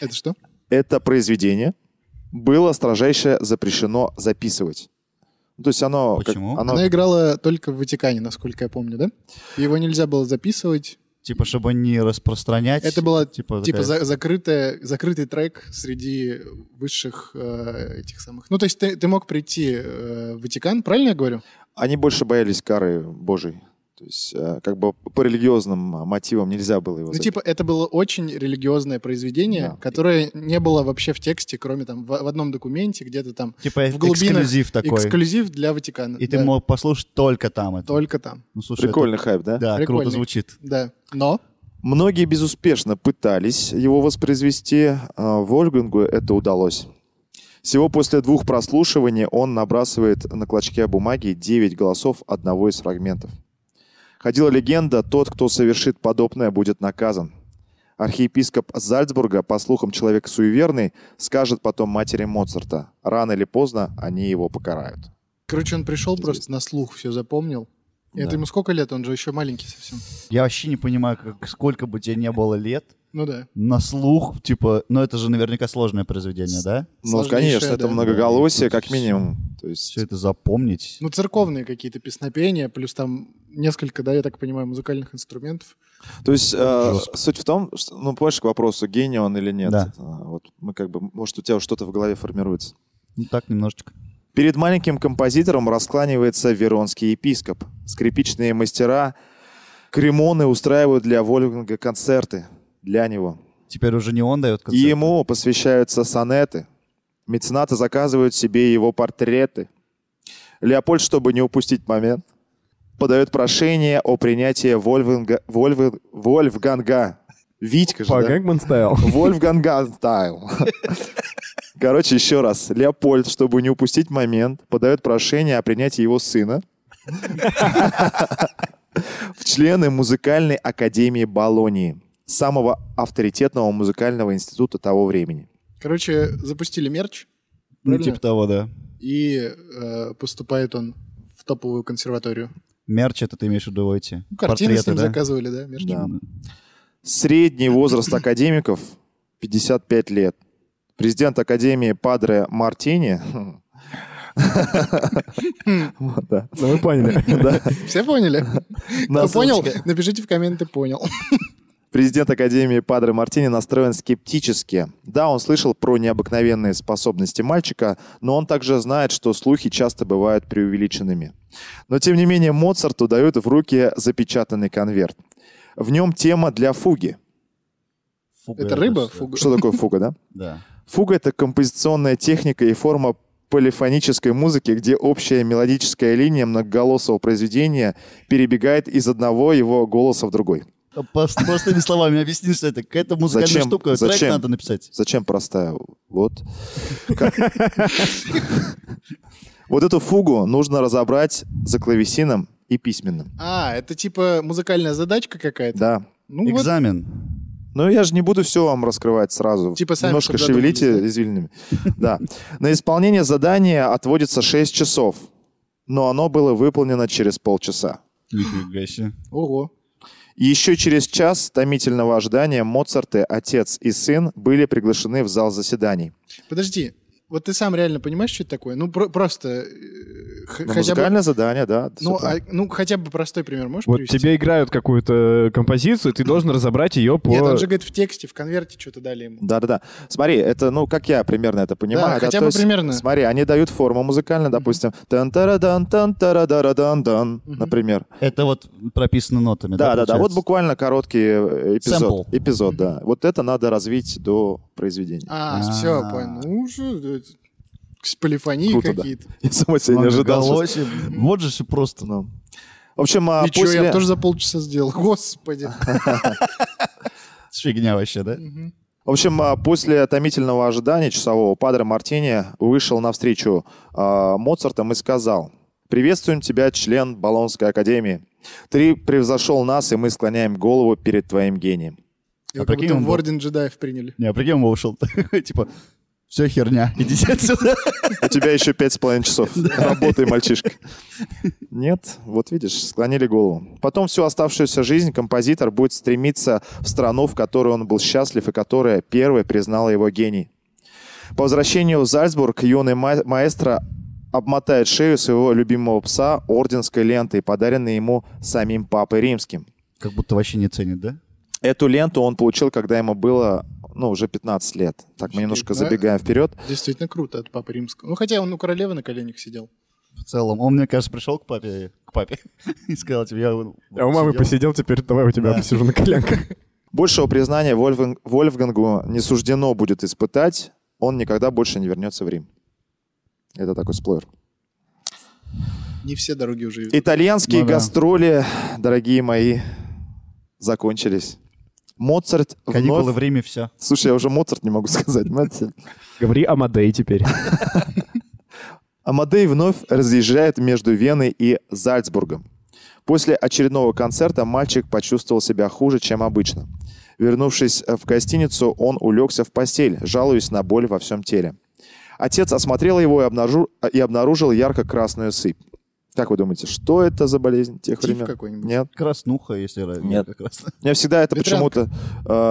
Это что?
Это произведение было строжайше запрещено записывать. Ну, То есть оно... как-
Почему?
оно-
Она играла только в Ватикане, насколько я помню, да? Его нельзя было записывать.
Типа, чтобы не распространять.
Это была
типа,
типа
такая-
за- закрытая, закрытый трек среди высших э, этих самых. Ну, то есть ты, ты мог прийти э, в Ватикан, правильно я говорю?
Они больше боялись кары божьей. То есть э, как бы по религиозным мотивам нельзя было его
Ну, типа, это было очень религиозное произведение,
Да.
которое не было вообще в тексте, кроме там в, в одном документе, где-то там
Типа
в глубинах
эксклюзив такой.
эксклюзив для Ватикана.
И ты
да.
мог послушать только там это.
Только там,
Ну, слушай, это-
Прикольный хайп, да?
Да, круто
Прикольный.
звучит.
да. Но
Многие безуспешно пытались его воспроизвести, а Вольфгангу это удалось. Всего после двух прослушиваний он набрасывает на клочке бумаги 9 голосов одного из фрагментов. Ходила легенда, тот, кто совершит подобное, будет наказан. Архиепископ Зальцбурга, по слухам человек суеверный, скажет потом матери Моцарта. Рано или поздно они его покарают.
Короче, он пришел
Известно.
просто на слух, все запомнил. И Это
Да.
ему сколько лет? Он же еще маленький совсем.
Я вообще не понимаю, как, сколько бы тебе не было лет,
Ну да.
на слух, типа, ну это же наверняка сложное произведение, да?
Ну,
Сложнейшее,
конечно, это
да.
многоголосие, как минимум. То есть...
Все это запомнить.
Ну, церковные какие-то песнопения, плюс там несколько, да, я так понимаю, музыкальных инструментов.
То есть э,
Жестко.
суть в том, что, ну, понимаешь, к вопросу, гений он или нет.
Да.
А, Вот мы как бы, может, у тебя что-то в голове формируется.
Ну, так немножечко.
Перед маленьким композитором раскланивается веронский епископ. Скрипичные мастера Кремоны устраивают для Вольфганга концерты для него.
Теперь уже не он дает
И
концерт.
ему посвящаются сонеты. Меценаты заказывают себе его портреты. Леопольд, чтобы не упустить момент, подает прошение о принятии Вольфганга... Вольф- Вольфганга. Витька же,
По
да?
Гангман Стайл.
Вольфганга Стайл. Короче, еще раз. Леопольд, чтобы не упустить момент, подает прошение о принятии его сына в члены музыкальной академии Болонии. самого авторитетного музыкального института того времени.
Короче, запустили мерч.
Ну,
правильно?
типа того, да.
И э, поступает он в топовую консерваторию.
Мерч это ты имеешь в виду эти
Ну, картины с
портреты,
ним
да?
заказывали, да? Между
Да. Средний возраст академиков 55 лет. Президент Академии Падре Мартини. Вот, да.
Ну, вы поняли.
Да.
Все поняли? Кто
Нас
Ну, понял,
лучше-
напишите в комменты «понял».
Президент Академии Падре Мартини настроен скептически. Да, он слышал про необыкновенные способности мальчика, но он также знает, что слухи часто бывают преувеличенными. Но, тем не менее, Моцарту дают в руки запечатанный конверт. В нем тема для фуги.
Фуга
Это рыба?
что?
Фуга.
Что такое фуга, да?
Да.
Фуга — это композиционная техника и форма полифонической музыки, где общая мелодическая линия многоголосого произведения перебегает из одного его голоса в другой.
Пос- Простыми А словами объясни, что это. Какая-то музыкальная
Зачем?
штука. Трек
Зачем?
надо написать.
Зачем простая? Вот. Как- Вот эту фугу нужно разобрать за клавесином и письменным.
А, это типа музыкальная задачка какая-то?
Да.
Ну вот,
Экзамен.
Но я же не буду все вам раскрывать сразу.
Типа сами
Немножко
чтоб додумались,
шевелите
да?
извилинами. Да. На исполнение задания отводится 6 часов, но оно было выполнено через полчаса.
Нифига себе.
ого.
И Еще через час томительного ожидания Моцарты, отец и сын были приглашены в зал заседаний.
Подожди, вот ты сам реально понимаешь, что это такое? Ну, про- просто... э, х-
Ну,
хотя бы-
музыкальное задание, да. всё
Ну,
правильно.
а- ну, хотя бы простой пример можешь
Вот
привести?
тебе играют какую-то композицию, ты должен разобрать ее
Нет,
по...
он же говорит в тексте, в конверте что-то дали ему.
Да-да-да. Смотри, это, ну, как я примерно это понимаю. то
хотя бы
есть,
примерно.
Смотри, они дают форму музыкальную, допустим, тан тара дан тан тара дара дан дан
Мгм.
например.
Это вот прописано нотами.
Да-да-да, вот
Ну, получается?
буквально короткий э, эпизод.
Сэмпл.
Эпизод, да. Вот это надо развить до произведения.
А,
А.
все, понял. Ну, что это? С полифонии
Круто, да.
какие-то.
Я сам себя не ожидал. что-
Многоголосие. Вот же все просто.
Ну. В общем, а
Ничего,
после-
я тоже за полчаса сделал. Господи.
Фигня вообще, да?
Мгм.
В общем, а, после томительного ожидания часового Падре Мартини вышел навстречу а, Моцартам и сказал «Приветствуем тебя, член Болонской академии. Ты превзошел нас, и мы склоняем голову перед твоим гением».
Его
А
как
прикинь,
будто
он
в
был-
Орден джедаев приняли.
Не, а прикинь, он ушел. такой, Типа, все херня, идите отсюда.
У тебя еще пять с половиной часов. Работай, мальчишка. Нет, вот видишь, склонили голову. Потом всю оставшуюся жизнь композитор будет стремиться в страну, в которой он был счастлив и которая первой признала его гений. По возвращению в Зальцбург юный ма- маэстро обмотает шею своего любимого пса орденской лентой, подаренной ему самим папой римским.
Как будто вообще не ценит, да?
Эту ленту он получил, когда ему было, ну, уже 15 лет. Так, мы немножко
Офигеть, да?
забегаем вперед.
Действительно круто от Папы Римского. Ну, хотя он у королевы на коленях сидел.
В целом. Он, мне кажется, пришел к папе, к папе и сказал, типа, я... вот
А у мамы
сидел.
посидел, теперь давай у тебя
Да.
посижу на коленках.
Большего признания Вольфган- Вольфгангу не суждено будет испытать. Он никогда больше не вернется в Рим. Это такой сплойер.
Не все дороги уже ведут.
Итальянские
Ну да.
гастроли, дорогие мои, закончились. Моцарт
Каникулы
вновь...
в Риме, все.
Слушай, я уже Моцарт не могу сказать. Моцарт.
Говори о Мадей теперь.
Амадей вновь разъезжает между Веной и Зальцбургом. После очередного концерта мальчик почувствовал себя хуже, чем обычно. Вернувшись э, в гостиницу, он улегся в постель, жалуясь на боль во всем теле. Отец осмотрел его и, обнажу- и обнаружил ярко-красную сыпь. Как вы думаете, что это за болезнь тех
Тиф
времен?
какой-нибудь.
Нет.
Краснуха, если ра-
Нет.
как раз.
У меня всегда это
Ветрянка.
почему-то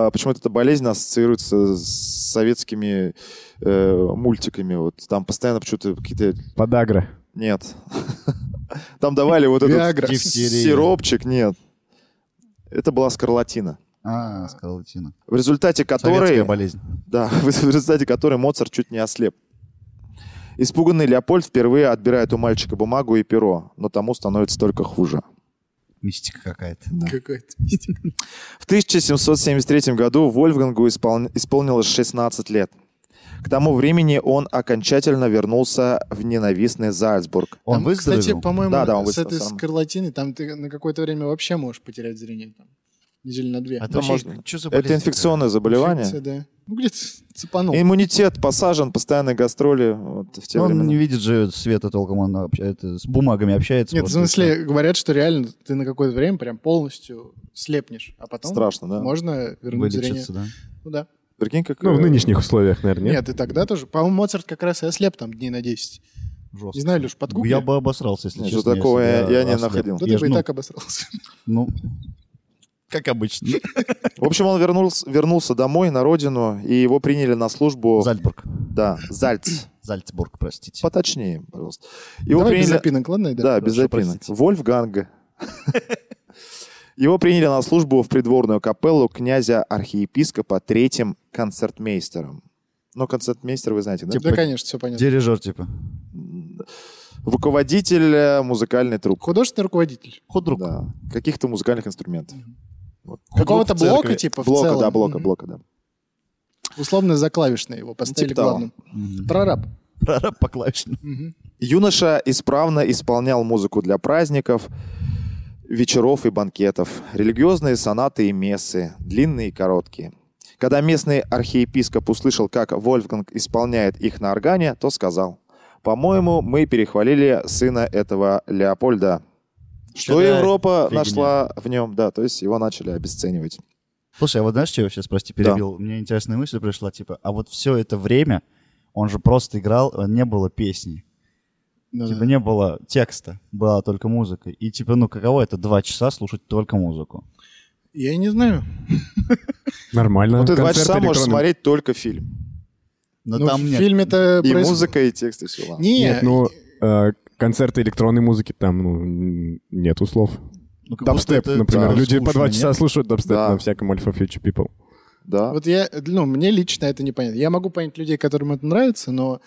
э, почему-то эта болезнь ассоциируется с советскими э, мультиками. Вот там постоянно почему-то какие-то
Подагра.
нет. Там давали вот этот
Виагра.
Дифтерия.
сиропчик, нет. Это была скарлатина,
А, скарлатина.
в результате
Советская
которой...
болезнь.
Да, в результате которой Моцарт чуть не ослеп. Испуганный Леопольд впервые отбирает у мальчика бумагу и перо, но тому становится только хуже.
Мистика какая-то.
Какой-то мистик.
В 1773 году Вольфгангу исполн- исполнилось 16 лет. К тому времени он окончательно вернулся в ненавистный Зальцбург.
Он
Там,
выздоровел?
Кстати, по-моему,
Да, да, он
с этой
выздоровел сам.
скарлатиной там ты на какое-то время вообще можешь потерять зрение. Там, неделю на две.
А это
Да,
вообще,
можно.
чё за болезнь
Это инфекционное заболевание.
Инфекция, да. Ну, где-то цепанул.
Иммунитет посажен, постоянные гастроли вот, в те
такая? Ну, Он
времена.
не видит же света толком, он общается, с бумагами общается.
Нет, в
просто и
смысле, говорят, что реально ты на какое-то время прям полностью слепнешь, а потом
Страшно, да?
можно вернуть зрение.
Вылечиться, да.
Ну да.
Прикинь, как...
Ну, в
э,
нынешних условиях, наверное,
Нет?
нет?
и тогда тоже. По-моему, Моцарт как раз и ослеп там дней на 10.
Жестко.
Не знаю, Леш, подгугли.
Я бы обосрался, если
Нет,
честно.
что такого
если бы
я- я не
ослеп.
находил.
Да
Я
ты
ж,
бы типа, и
ну,
так обосрался.
Ну, как обычно.
В общем, он вернулся, вернулся домой, на родину, и его приняли на службу...
Зальцбург.
Да, Зальц.
Зальцбург, простите.
Поточнее, пожалуйста. Его
Давай без
приняли...
запинок, ладно? Айдар?
Да, без
Хорошо,
запинок.
простите.
Вольфганга. Его приняли на службу в придворную капеллу князя-архиепископа третьим концертмейстером. Ну, концертмейстер вы знаете, да?
Да, конечно, все понятно.
Дирижер, типа.
Руководитель э, музыкальной трубки.
Художественный руководитель.
Худрук.
Да, каких-то музыкальных инструментов. Вот.
Какого-то
Худрук в церкви.
блока, типа, в
Блока,
целом.
да, блока,
Мгм.
блока, да.
Условно за клавишное его поставили
Типа того.
главным.
Мгм.
Прораб.
Прораб по клавишам.
Мгм.
Юноша исправно исполнял музыку для праздников, вечеров и банкетов, религиозные сонаты и мессы, длинные и короткие. Когда местный архиепископ услышал, как Вольфганг исполняет их на органе, то сказал, «По-моему, мы перехвалили сына этого Леопольда». Что
Какая
Европа
фигня.
нашла в нем, да, то есть его начали обесценивать.
Слушай, а вот знаешь, что я сейчас, прости,
Да.
перебил? Мне интересная мысль пришла, типа, а вот все это время он же просто играл, э, не было песни.
Ну
Типа
да.
не было текста, была только музыка. И типа, ну каково это два часа слушать только музыку?
Я и не знаю.
Нормально.
Ну, ты два
Концерт
часа можешь
электронный.
смотреть только фильм.
Но
Ну,
там
в
нет.
фильме-то...
И
проис-
музыка, и текст, и все. ладно.
Не,
Нет, ну, э, концерты электронной музыки там, ну, н- нету слов.
Ну, как
Дабстеп,
будто это,
например.
да,
Люди по
скучно,
два
нет?
часа слушают дабстеп
Да.
на всяком Alpha Future People.
Да.
Вот я, ну, мне лично это непонятно. Я могу понять людей, которым это нравится, но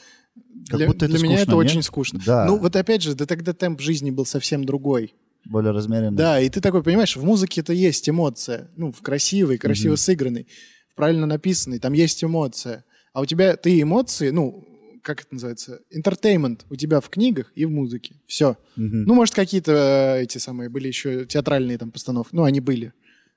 Как
для,
будто это
для меня
скучно,
это
нет?
очень скучно.
Да.
Ну, вот опять же, да тогда темп жизни был совсем другой.
Более размеренно.
Да, и ты такой, понимаешь, в музыке это есть эмоция. Ну, в красивой, красиво сыгранной, в правильно написанной, там есть эмоция. А у тебя ты эмоции, ну, как это называется, entertainment у тебя в книгах и в музыке. Все.
Мгм.
Ну, может, какие-то э, эти самые были еще театральные там постановки. Ну, они были,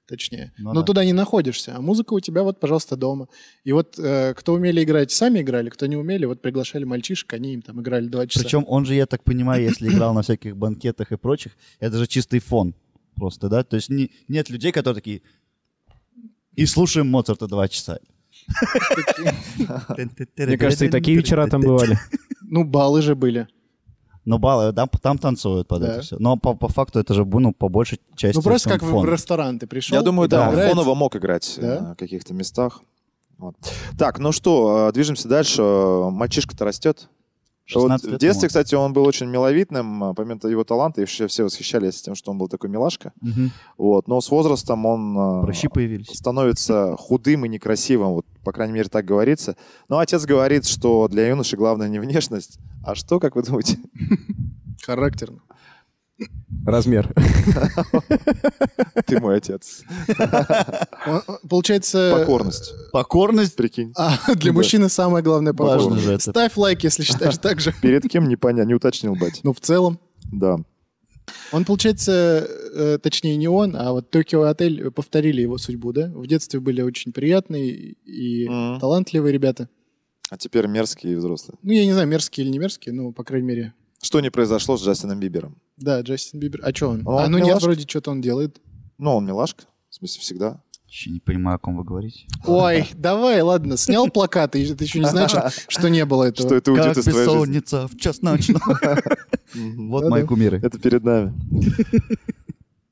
точнее.
Ну
Но
да.
туда не находишься. А музыка у тебя вот, пожалуйста, дома. И вот э, кто умели играть, сами играли, кто не умели, вот приглашали мальчишек, они им там играли два часа.
Причем он же, я так понимаю, если играл на всяких банкетах и прочих, это же чистый фон просто, да? То есть не- нет людей, которые такие... И слушаем Моцарта два часа.
Мне кажется, и такие вечера там бывали.
Ну, баллы же были.
Но Ну, баллы, да, там танцуют под
Да.
это все. Но по, по факту это же, ну, по большей части...
ну, просто
сам
как в-
фон.
в ресторан ты пришел.
Я думаю, да, он
играет.
фоново мог играть
Да.
э, в каких-то местах. Вот. Так, ну что, э, движемся дальше. Э, Мальчишка-то растет.
16
Вот в
лет
детстве,
ему.
кстати, он был очень миловидным, э, помимо его таланта, и все, все восхищались тем, что он был такой милашка.
Мгм.
Вот. Но с возрастом он э,
Прыщи появились.
становится худым и некрасивым, вот, по крайней мере, так говорится. Но отец говорит, что для юноши главное не внешность, а что, как вы думаете?
Характерно.
Размер.
Ты мой отец.
Он- он- получается...
Покорность,
Покорность.
прикинь.
А, для
Да.
мужчины самое главное
Важно же
покорность.
это.
Ставь лайк, если считаешь так же.
Перед кем, не понятно, не уточнил, бать.
Ну, в целом.
Да.
Он, получается, э, точнее, не он, а вот Токио Отель повторили его судьбу, да? В детстве были очень приятные и
Мгм.
талантливые ребята.
А теперь мерзкие взрослые.
Ну, я не знаю, мерзкие или не мерзкие, ну, по крайней мере.
Что не произошло с Джастином Бибером?
Да, Джастин Бибер. А что он?
Он
а, ну нет,
милашка.
вроде что-то он делает.
Ну, он милашка, в смысле, всегда.
Вообще не понимаю, о ком вы говорите.
Ой, давай, ладно, снял плакаты, и это еще не значит, что не было этого.
Что это уйдет
как
из твоей жизни.
бессонница в час ночного. Вот
Да-да.
мои кумиры.
Это перед нами.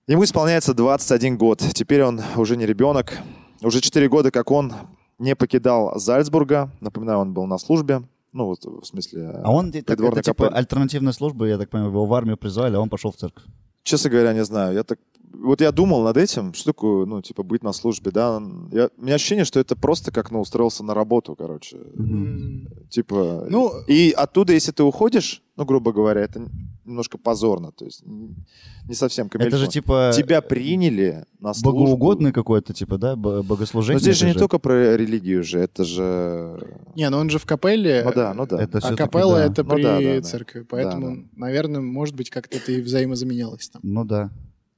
Ему исполняется 21 год. Теперь он уже не ребенок. Уже 4 года, как он не покидал Зальцбурга. Напоминаю, он был на службе. Ну, вот в смысле...
А он так,
придворной
это типа
капеллы.
альтернативная служба, я так понимаю, его в армию призвали, а он пошел в церковь.
Честно говоря, не знаю. Я так... Вот я думал над этим, что такое, ну, типа, быть на службе, да. Я- У меня ощущение, что это просто как, ну, устроился на работу, короче.
М,
Типа,
Ну-
и оттуда, если ты уходишь, ну, грубо говоря, это немножко позорно, то есть н- не совсем
Это
комильфо.
же типа
Тебя приняли на службу.
богоугодный какой-то, типа, да, бо-
Но
богослужение.
здесь же
это
не только про религию же, это же...
Не, ну он же в капелле.
Ну да, ну да.
Э, Это
А
всё-таки,
капелла
да.
это
Ну
при
да, да, да.
церкви, поэтому,
Да,
наверное, может быть, как-то это и взаимозаменялось там.
Ну да,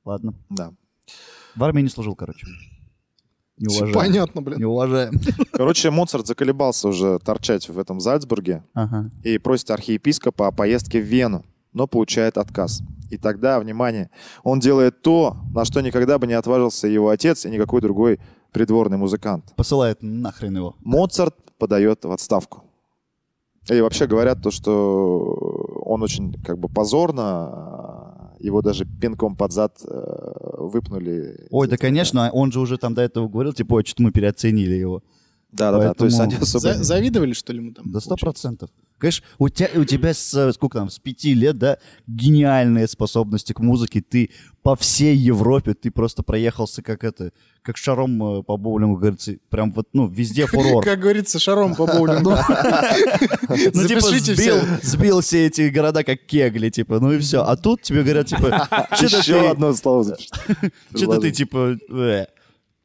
ладно.
да.
В армии не служил, короче. Не
Всё
уважаем.
Понятно, блин.
Не уважаем.
Короче, Моцарт заколебался уже торчать в этом Зальцбурге
Ага.
и просит архиепископа о поездке в Вену, но получает отказ. И тогда, внимание, он делает то, на что никогда бы не отважился его отец и никакой другой придворный музыкант.
Посылает нахрен его.
Моцарт подает в отставку. И вообще говорят то, что он очень как бы позорно, а, его даже пинком под зад э, выпнули.
Ой,
из
да,
этого,
конечно, он же уже там до этого говорил, типа, ой, что-то мы переоценили его.
Да, да, да. То есть они
Поэтому-
особо...
За- завидовали, что ли, мы там?
Да сто процентов. Конечно, у тебя, у тебя с, э, сколько там, с пяти лет, да, гениальные способности к музыке. Ты по всей Европе, ты просто проехался как это, как шаром э, по боулингу, говорится, прям вот, ну, везде фурор.
Как говорится, шаром по боулингу.
Ну, типа,
Запишите
сбил,
все.
сбил все эти города как кегли, типа, ну и все. А тут тебе говорят, типа, что-то
Еще
ты,
одно слово запишите.
чё-то ты, типа, э».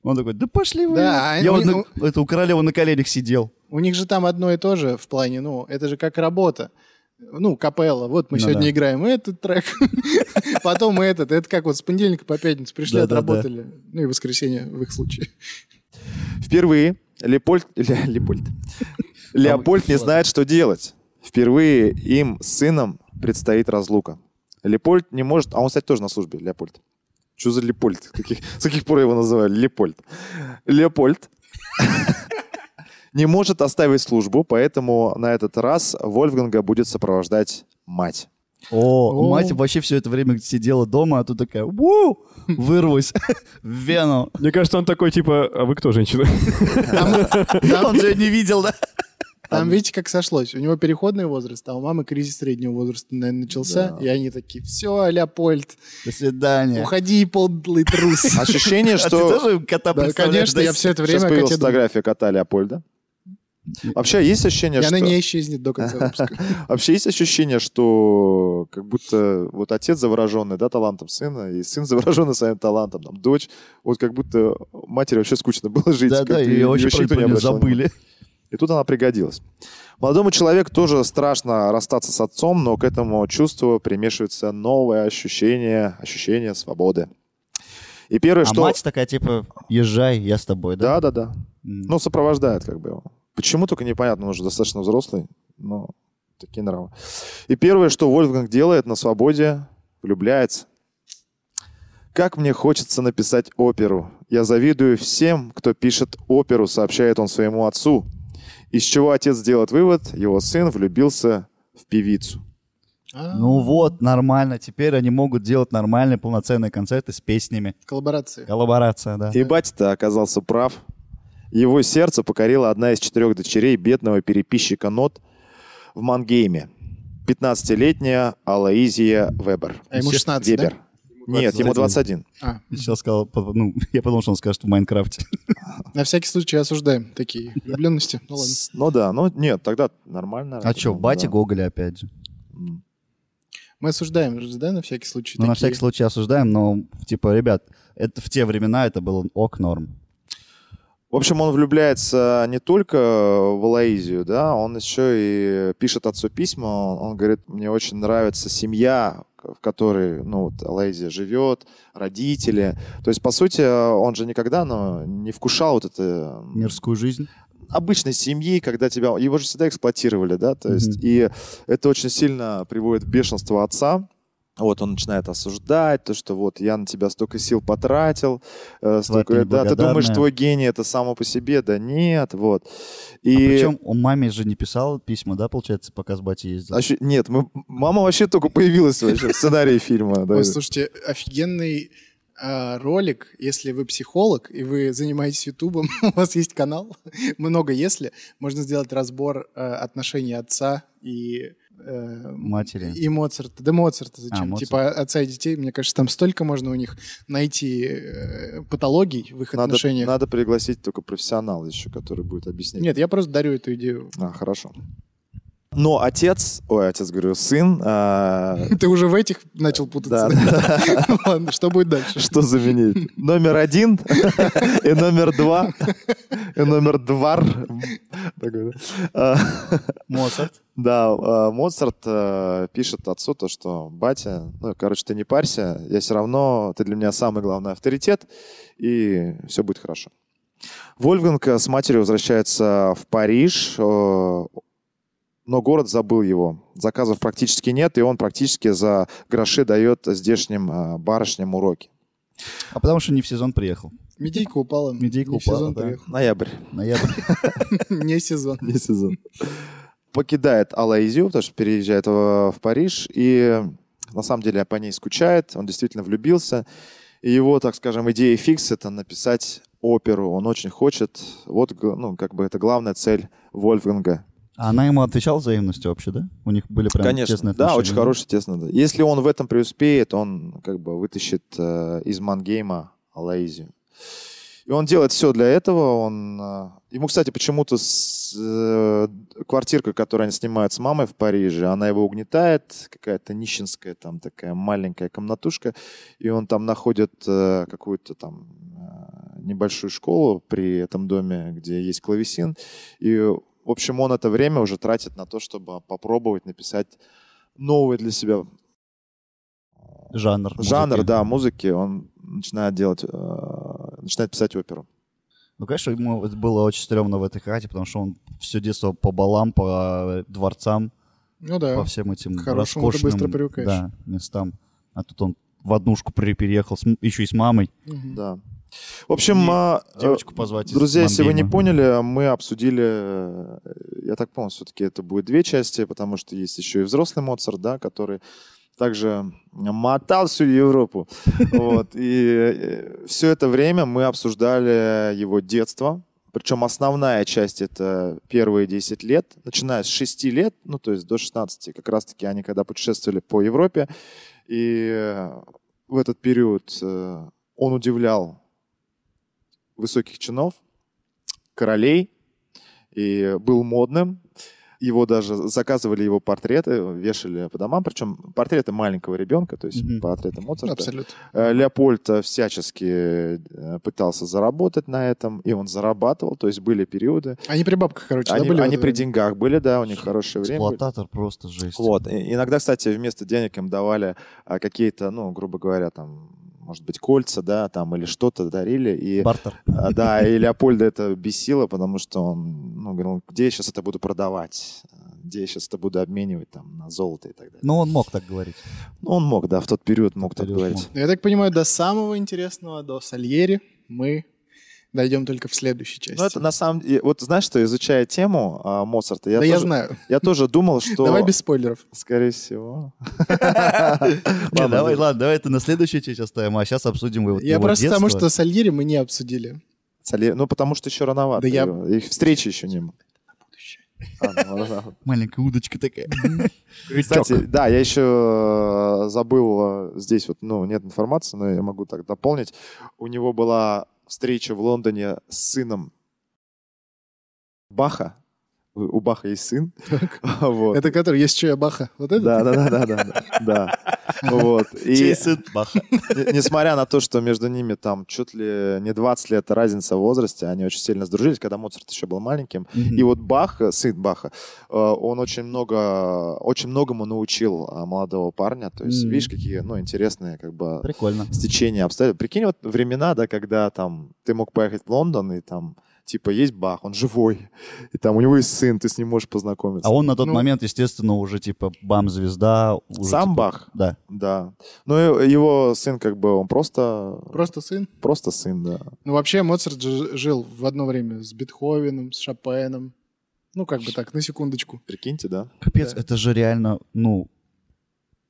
Он такой, да пошли вы.
Да, ну
Я вот
они-
на- это у королевы на коленях сидел.
У них же там одно и то же в плане, ну, это же как работа. Ну, капелла. Вот мы
Ну
сегодня
да.
играем этот трек, потом мы этот. Это как вот с понедельника по пятницу пришли,
Да-да-да.
отработали. Ну и воскресенье в их случае.
Впервые Лепольд... Ле- Лепольд. Леопольд не знает, что делать. Впервые им с сыном предстоит разлука. Лепольд не может... А он, кстати, тоже на службе, Леопольд. Что за Лепольд? Каких- С каких пор его называют Лепольд? Леопольд не может оставить службу, поэтому на этот раз Вольфганга будет сопровождать мать.
О,
О.
мать вообще все это время сидела дома, а тут такая, «Уу, вырвусь в вену.
Мне кажется, он такой, типа, а вы кто, женщина?
Он же её не видел, да?
Там видите, как сошлось. У него переходный возраст, а у мамы кризис среднего возраста, наверное, начался. И они такие, все, Леопольд,
До свидания.
уходи, подлый трус.
Ощущение,
А ты
Ну, что...
тоже кота
Да,
представляешь?
конечно,
да?
я все это
Сейчас
время...
появилась
коте думаю.
фотография кота Леопольда. Вообще есть ощущение,
И
что...
она не исчезнет до конца выпуска.
А Вообще есть ощущение, что как будто вот отец завороженный, да, талантом сына, и сын завороженный своим талантом, там, дочь, вот как будто матери вообще скучно было жить.
Да, да,
как-то
и
её
очень
никто не
правильно,
обращал внимания.
забыли.
И тут она пригодилась. Молодому человеку тоже страшно расстаться с отцом, но к этому чувству примешивается новое ощущение, ощущение свободы. И первое,
А
что...
мать такая, типа, езжай, я с тобой, да?
Да, да, да.
М.
Ну, сопровождает как бы его. Почему, только непонятно, он уже достаточно взрослый, но такие нравы. И первое, что Вольфганг делает на свободе, влюбляется. Как мне хочется написать оперу. Я завидую всем, кто пишет оперу, сообщает он своему отцу. Из чего отец делает вывод, его сын влюбился в певицу.
А,
Ну вот, нормально. Теперь они могут делать нормальные полноценные концерты с песнями.
Коллаборации.
Коллаборация, да.
И батя-то оказался прав. Его сердце покорила одна из четырех дочерей бедного переписчика нот в Мангейме. 15-летняя Алаизия Вебер.
А ему 16, да?
Вебер. Нет, ему 21.
А,
Я Сейчас сказал, по- ну, я подумал, что он скажет в Майнкрафте.
на всякий случай осуждаем такие влюбленности. Ну ладно.
С- Ну да, ну нет, тогда нормально.
А что,
Ну,
батя
да.
Гоголя опять же.
М.
Мы осуждаем, же, да, на всякий случай.
Ну, на
такие.
всякий случай осуждаем, но, типа, ребят, это в те времена это было ок норм.
В общем, он влюбляется не только в Алаизию, да, он еще и пишет отцу письма. Он, он говорит, мне очень нравится семья, в которой, ну, вот Алаизия живет, родители. То есть, по сути, он же никогда ну, не вкушал вот это
Мирскую жизнь.
обычной семьи, когда тебя... Его же всегда эксплуатировали, да, то есть...
Мгм.
И это очень сильно приводит в бешенство отца. Вот он начинает осуждать то, что вот я на тебя столько сил потратил, э, столько, да, ты
неблагодарная.
думаешь, твой гений это само по себе, да нет, вот.
А
И
причем он маме же не писал письма, да, получается, пока с батей ездил?
Ощу- нет, мы... мама вообще только появилась вообще в сценарии фильма. да.
Ой, слушайте, офигенный а, ролик, если вы психолог и вы занимаетесь Ютубом, у вас есть канал, много если, можно сделать разбор э, отношений отца и э,
Матери.
И Моцарта. Да Моцарта зачем?
А, Моцарт.
Типа отца и детей, мне кажется, там столько можно у них найти э, патологий в их
Надо,
отношениях.
надо пригласить только профессионала еще, который будет объяснять.
Нет, я просто дарю эту идею.
А, хорошо. Но отец, ой, отец, говорю, сын, а,
Ты уже в этих начал путаться. Ладно, что будет дальше?
Что заменить? Номер один и номер два. И номер два. Такой, да. А,
Моцарт.
Да, а, Моцарт э, пишет отцу то, что «Батя, ну, короче, ты не парься, я все равно, ты для меня самый главный авторитет, и все будет хорошо». Вольфганг э, с матерью возвращается в Париж. э, но город забыл его. Заказов практически нет, и он практически за гроши дает здешним э, барышням уроки.
А потому что не в сезон приехал.
Медийка упала.
Медийка
Не в
упала,
сезон
да.
приехал.
Ноябрь.
Ноябрь.
Не сезон.
не сезон. Покидает Алаизию, потому что переезжает в в Париж, и на самом деле по ней скучает, он действительно влюбился. И его, так скажем, идея фикс — это написать оперу. Он очень хочет. Вот, г- ну, как бы это главная цель Вольфганга.
А она ему отвечала взаимностью вообще, да? У них были прям
Конечно,
тесные
да,
отношения.
очень хороший, тесно. да. Если он в этом преуспеет, он как бы вытащит э, из Мангейма Алаизию. И он делает все для этого. Он, э, ему, кстати, почему-то с, э, квартирка, которую они снимают с мамой в Париже, она его угнетает. Какая-то нищенская там такая маленькая комнатушка. И он там находит э, какую-то там э, небольшую школу при этом доме, где есть клавесин. И, в общем, он это время уже тратит на то, чтобы попробовать написать новый для себя
Жанр.
жанр,
музыки.
да, музыки. Он начинает делать, э, начинает писать оперу.
Ну, конечно, ему это было очень стрёмно в этой хате, потому что он все детство по балам, по дворцам,
Ну
по
да.
всем этим
К хорошему ты
роскошным
быстро привыкаешь.
да, местам. А тут он в однушку при- переехал, еще и с мамой.
Мгм.
Да. В общем,
И
а, э,
девочку позвать из
друзья, если вы не
Мангейма.
поняли, мы обсудили, э, я так понял, все-таки это будет две части, потому что есть еще и взрослый Моцарт, да, который также мотал всю Европу. Вот. И все это время мы обсуждали его детство. Причем основная часть — это первые 10 лет, начиная с 6 лет, ну, то есть до 16. Как раз-таки они когда путешествовали по Европе. И э, в этот период э, он удивлял высоких чинов, королей, и был модным. Его даже заказывали его портреты, вешали по домам, причем портреты маленького ребенка, то есть
Мгм.
портреты Моцарта.
Ну, Абсолютно.
Э, Леопольд э, всячески э, пытался заработать на этом, и он зарабатывал, то есть были периоды.
Они при бабках, короче, да,
Они,
были? в
они
это
при
время?
деньгах были, да, у них хорошее время. было.
Эксплуататор просто жесть.
Вот. И- иногда, кстати, вместо денег им давали а, какие-то, ну, грубо говоря, там, может быть, кольца, да, там, или что-то дарили. И,
Бартер.
а, да, и Леопольда это бесило, потому что он, ну, говорил, где я сейчас это буду продавать? Где я сейчас это буду обменивать, там, на золото и так далее.
Ну, он мог так говорить.
Ну, он мог, да, в тот период мог так
период
говорить.
мог.
Я так понимаю, до самого интересного, до Сальери мы дойдем только в следующей части.
Ну, это на самом деле... Вот знаешь, что, изучая тему а, Моцарта, я
да я
тоже
знаю.
Я тоже думал, что...
Давай без спойлеров.
Скорее всего.
Не,
Ладно,
давай,
да.
ладно, давай это на следующую часть оставим, а сейчас обсудим его
Я
его
просто
детство.
потому, что Сальери мы не обсудили.
Соли- Ну, потому что еще рановато.
Да я-
его. Их встречи еще не было. А, ну, рановато.
Маленькая удочка такая.
Кстати, да, я еще э, забыл, э, здесь вот, ну, нет информации, но я могу так дополнить. У него была встреча в Лондоне с сыном Баха. У у Баха есть сын. Вот.
Это который, есть что, я Баха. Вот это?
Да, да, да, да, да, да, да. Вот. И
Чейсет, бах.
Н- Несмотря на то, что между ними там чуть ли не 20 лет разница в возрасте, они очень сильно сдружились, когда Моцарт еще был маленьким. И вот Бах, э, сын Баха, э, он очень много, очень многому научил а, молодого парня. То есть,
Мгм.
видишь, какие, ну, интересные как бы
Прикольно.
стечения обстоятельств. Прикинь, вот времена, да, когда там ты мог поехать в Лондон и там типа есть Бах, он живой, и там у него есть сын, ты с ним можешь познакомиться.
А он на тот
Ну.
момент, естественно, уже типа бам-звезда. уже,
Сам
типа,
Бах,
Да.
да. Ну, и его сын как бы, он просто,
Просто сын.
просто сын, да.
Ну, вообще, Моцарт же жил в одно время с Бетховеном, с Шопеном. Ну, как бы так, на секундочку.
Прикиньте, да?
Капец,
Да.
это же реально, ну,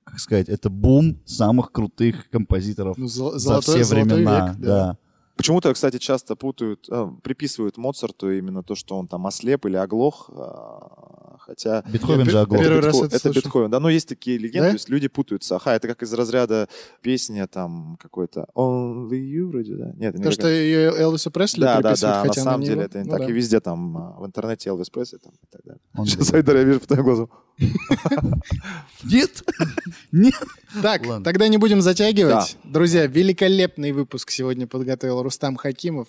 как сказать, это бум самых крутых композиторов
Ну, зо-
за
золотой,
все
золотой
времена.
век, да.
Да.
Почему-то, кстати, часто путают, э, приписывают Моцарту именно то, что он там ослеп или оглох, а, хотя...
Бетховен
Я
же
пе-
огонь.
первый
это,
раз
Бетхо-
это
это
слышу.
Бетховен, да, но есть такие легенды,
Да?
то есть люди путаются. Аха, это как из разряда песня там какой-то Only You вроде, да? Нет, не
То, что ее Элвису Пресли
Да, да,
приписывают,
да, на
хотя она
самом
не
деле
его.
это не
Ну
так,
да.
и везде там, а, в интернете Элвис Пресли там и так далее.
Он
Сейчас, Айдар, я вижу по твоим глазам.
Нет! Нет!
Так,
Ладно.
тогда не будем затягивать. Друзья, великолепный выпуск сегодня подготовил Рустам Хакимов.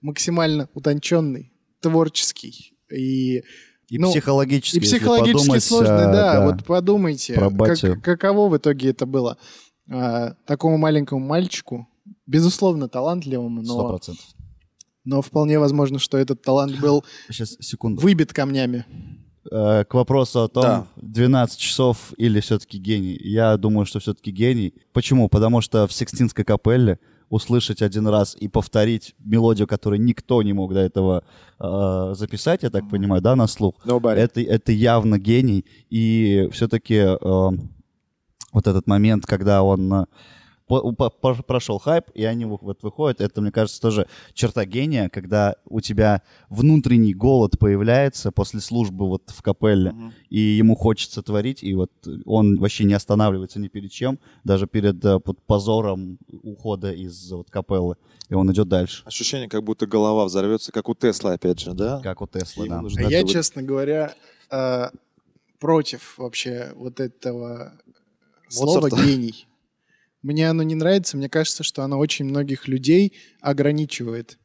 Максимально утонченный, творческий и,
И
Ну,
психологически,
и
если
психологически
подумать,
сложный.
а,
да, вот подумайте,
Про
как-
батю.
каково в итоге это было а, такому маленькому мальчику, безусловно, талантливому,
Сто
но,
процентов.
но вполне возможно, что этот талант был
Сейчас, секунду.
выбит камнями.
э, к вопросу о том,
Да.
12 часов или все-таки гений. Я думаю, что все-таки гений. Почему? Потому что в Сикстинской капелле услышать один раз и повторить мелодию, которую никто не мог до этого э, записать, я так понимаю, да, на слух.
Nobody.
Это, это явно гений. И все-таки вот этот момент, когда он э, по- по- по- прошел хайп, и они вы- вот выходят, это, мне кажется, тоже черта гения, когда у тебя внутренний голод появляется после службы вот в капелле, и ему хочется творить, и вот он вообще не останавливается ни перед чем, даже перед э, под позором ухода из вот капеллы, и он идет дальше,
Ощущение, как будто голова взорвется, как у Тесла, опять же, да?
как у Теслы,
Ему
да.
нужна
А я,
какая-то вот-
честно говоря, э, против вообще вот этого слова
Моцарта?
гений. Мне оно не нравится, мне кажется, что оно очень многих людей ограничивает.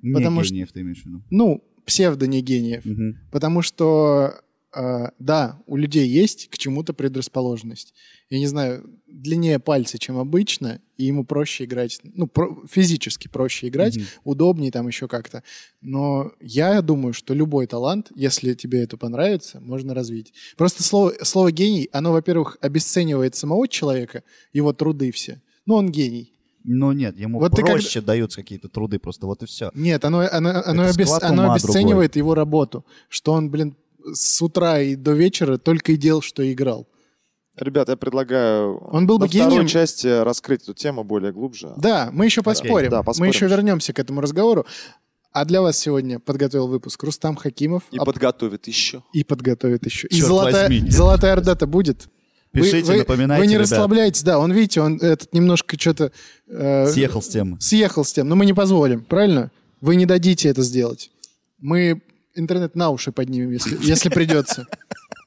Не
Потому что-
гениев ты имеешь в виду.
Ну, псевдо-негениев.
Мгм.
Потому что, э, да, у людей есть к чему-то предрасположенность. Я не знаю, длиннее пальцы, чем обычно, и ему проще играть, ну, про- физически проще играть,
Мгм.
удобнее там еще как-то. Но я думаю, что любой талант, если тебе это понравится, можно развить. Просто слово, слово «гений», оно, во-первых, обесценивает самого человека, его труды все. Ну, он гений.
Ну нет, ему
Вот ты
проще даются какие-то труды просто, вот и все.
Нет, оно, оно, оно,
Это
обес-
склад
оно
ума
обесценивает его работу, что он, блин, с утра и до вечера только и делал, что играл.
Ребят, я предлагаю
Он был бы
на второй
гением.
части раскрыть эту тему более глубже.
Да, мы еще поспорим.
да,
Мы
поспорим
еще
еще.
вернемся к этому разговору. А для вас сегодня подготовил выпуск Рустам Хакимов
И
А-
подготовит еще.
и подготовит еще. и
Черт
золотая,
возьми.
золотая ордата будет. Вы-
Пишите,
вы,
напоминайте,
Вы не
ребят.
расслабляйтесь, да. Он, видите, он этот немножко что-то... Э,
Съехал с темы.
съехал с тем, но мы не позволим, правильно? Вы не дадите это сделать. Мы интернет на уши поднимем, если, если придется.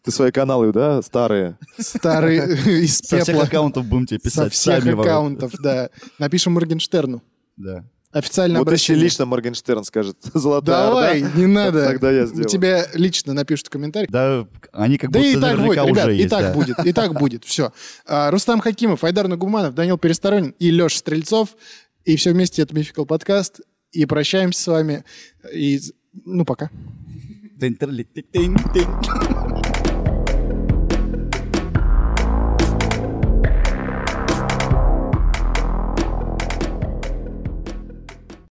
Ты свои каналы, да, старые?
Старый э, из
Со всех
пепла.
аккаунтов будем тебе
Со
писать.
всех
сами вам.
аккаунтов, да. Напишем Моргенштерну.
Да.
Официально
Вот если
обращение.
лично Моргенштерн скажет «Золотая
Давай,
Орда»,
не надо.
тогда я сделаю.
Тебе лично напишут комментарий.
Да, они как
Да
будто
и так будет,
наверняка уже
ребят,
есть.
и так
да.
будет, и так будет, все. Рустам Хакимов, Айдар Нагуманов, Данил Пересторонин и Леша Стрельцов. И все вместе это Мификал подкаст. И прощаемся с вами. И, ну, пока.
Тынь-тырль, тынь-тынь.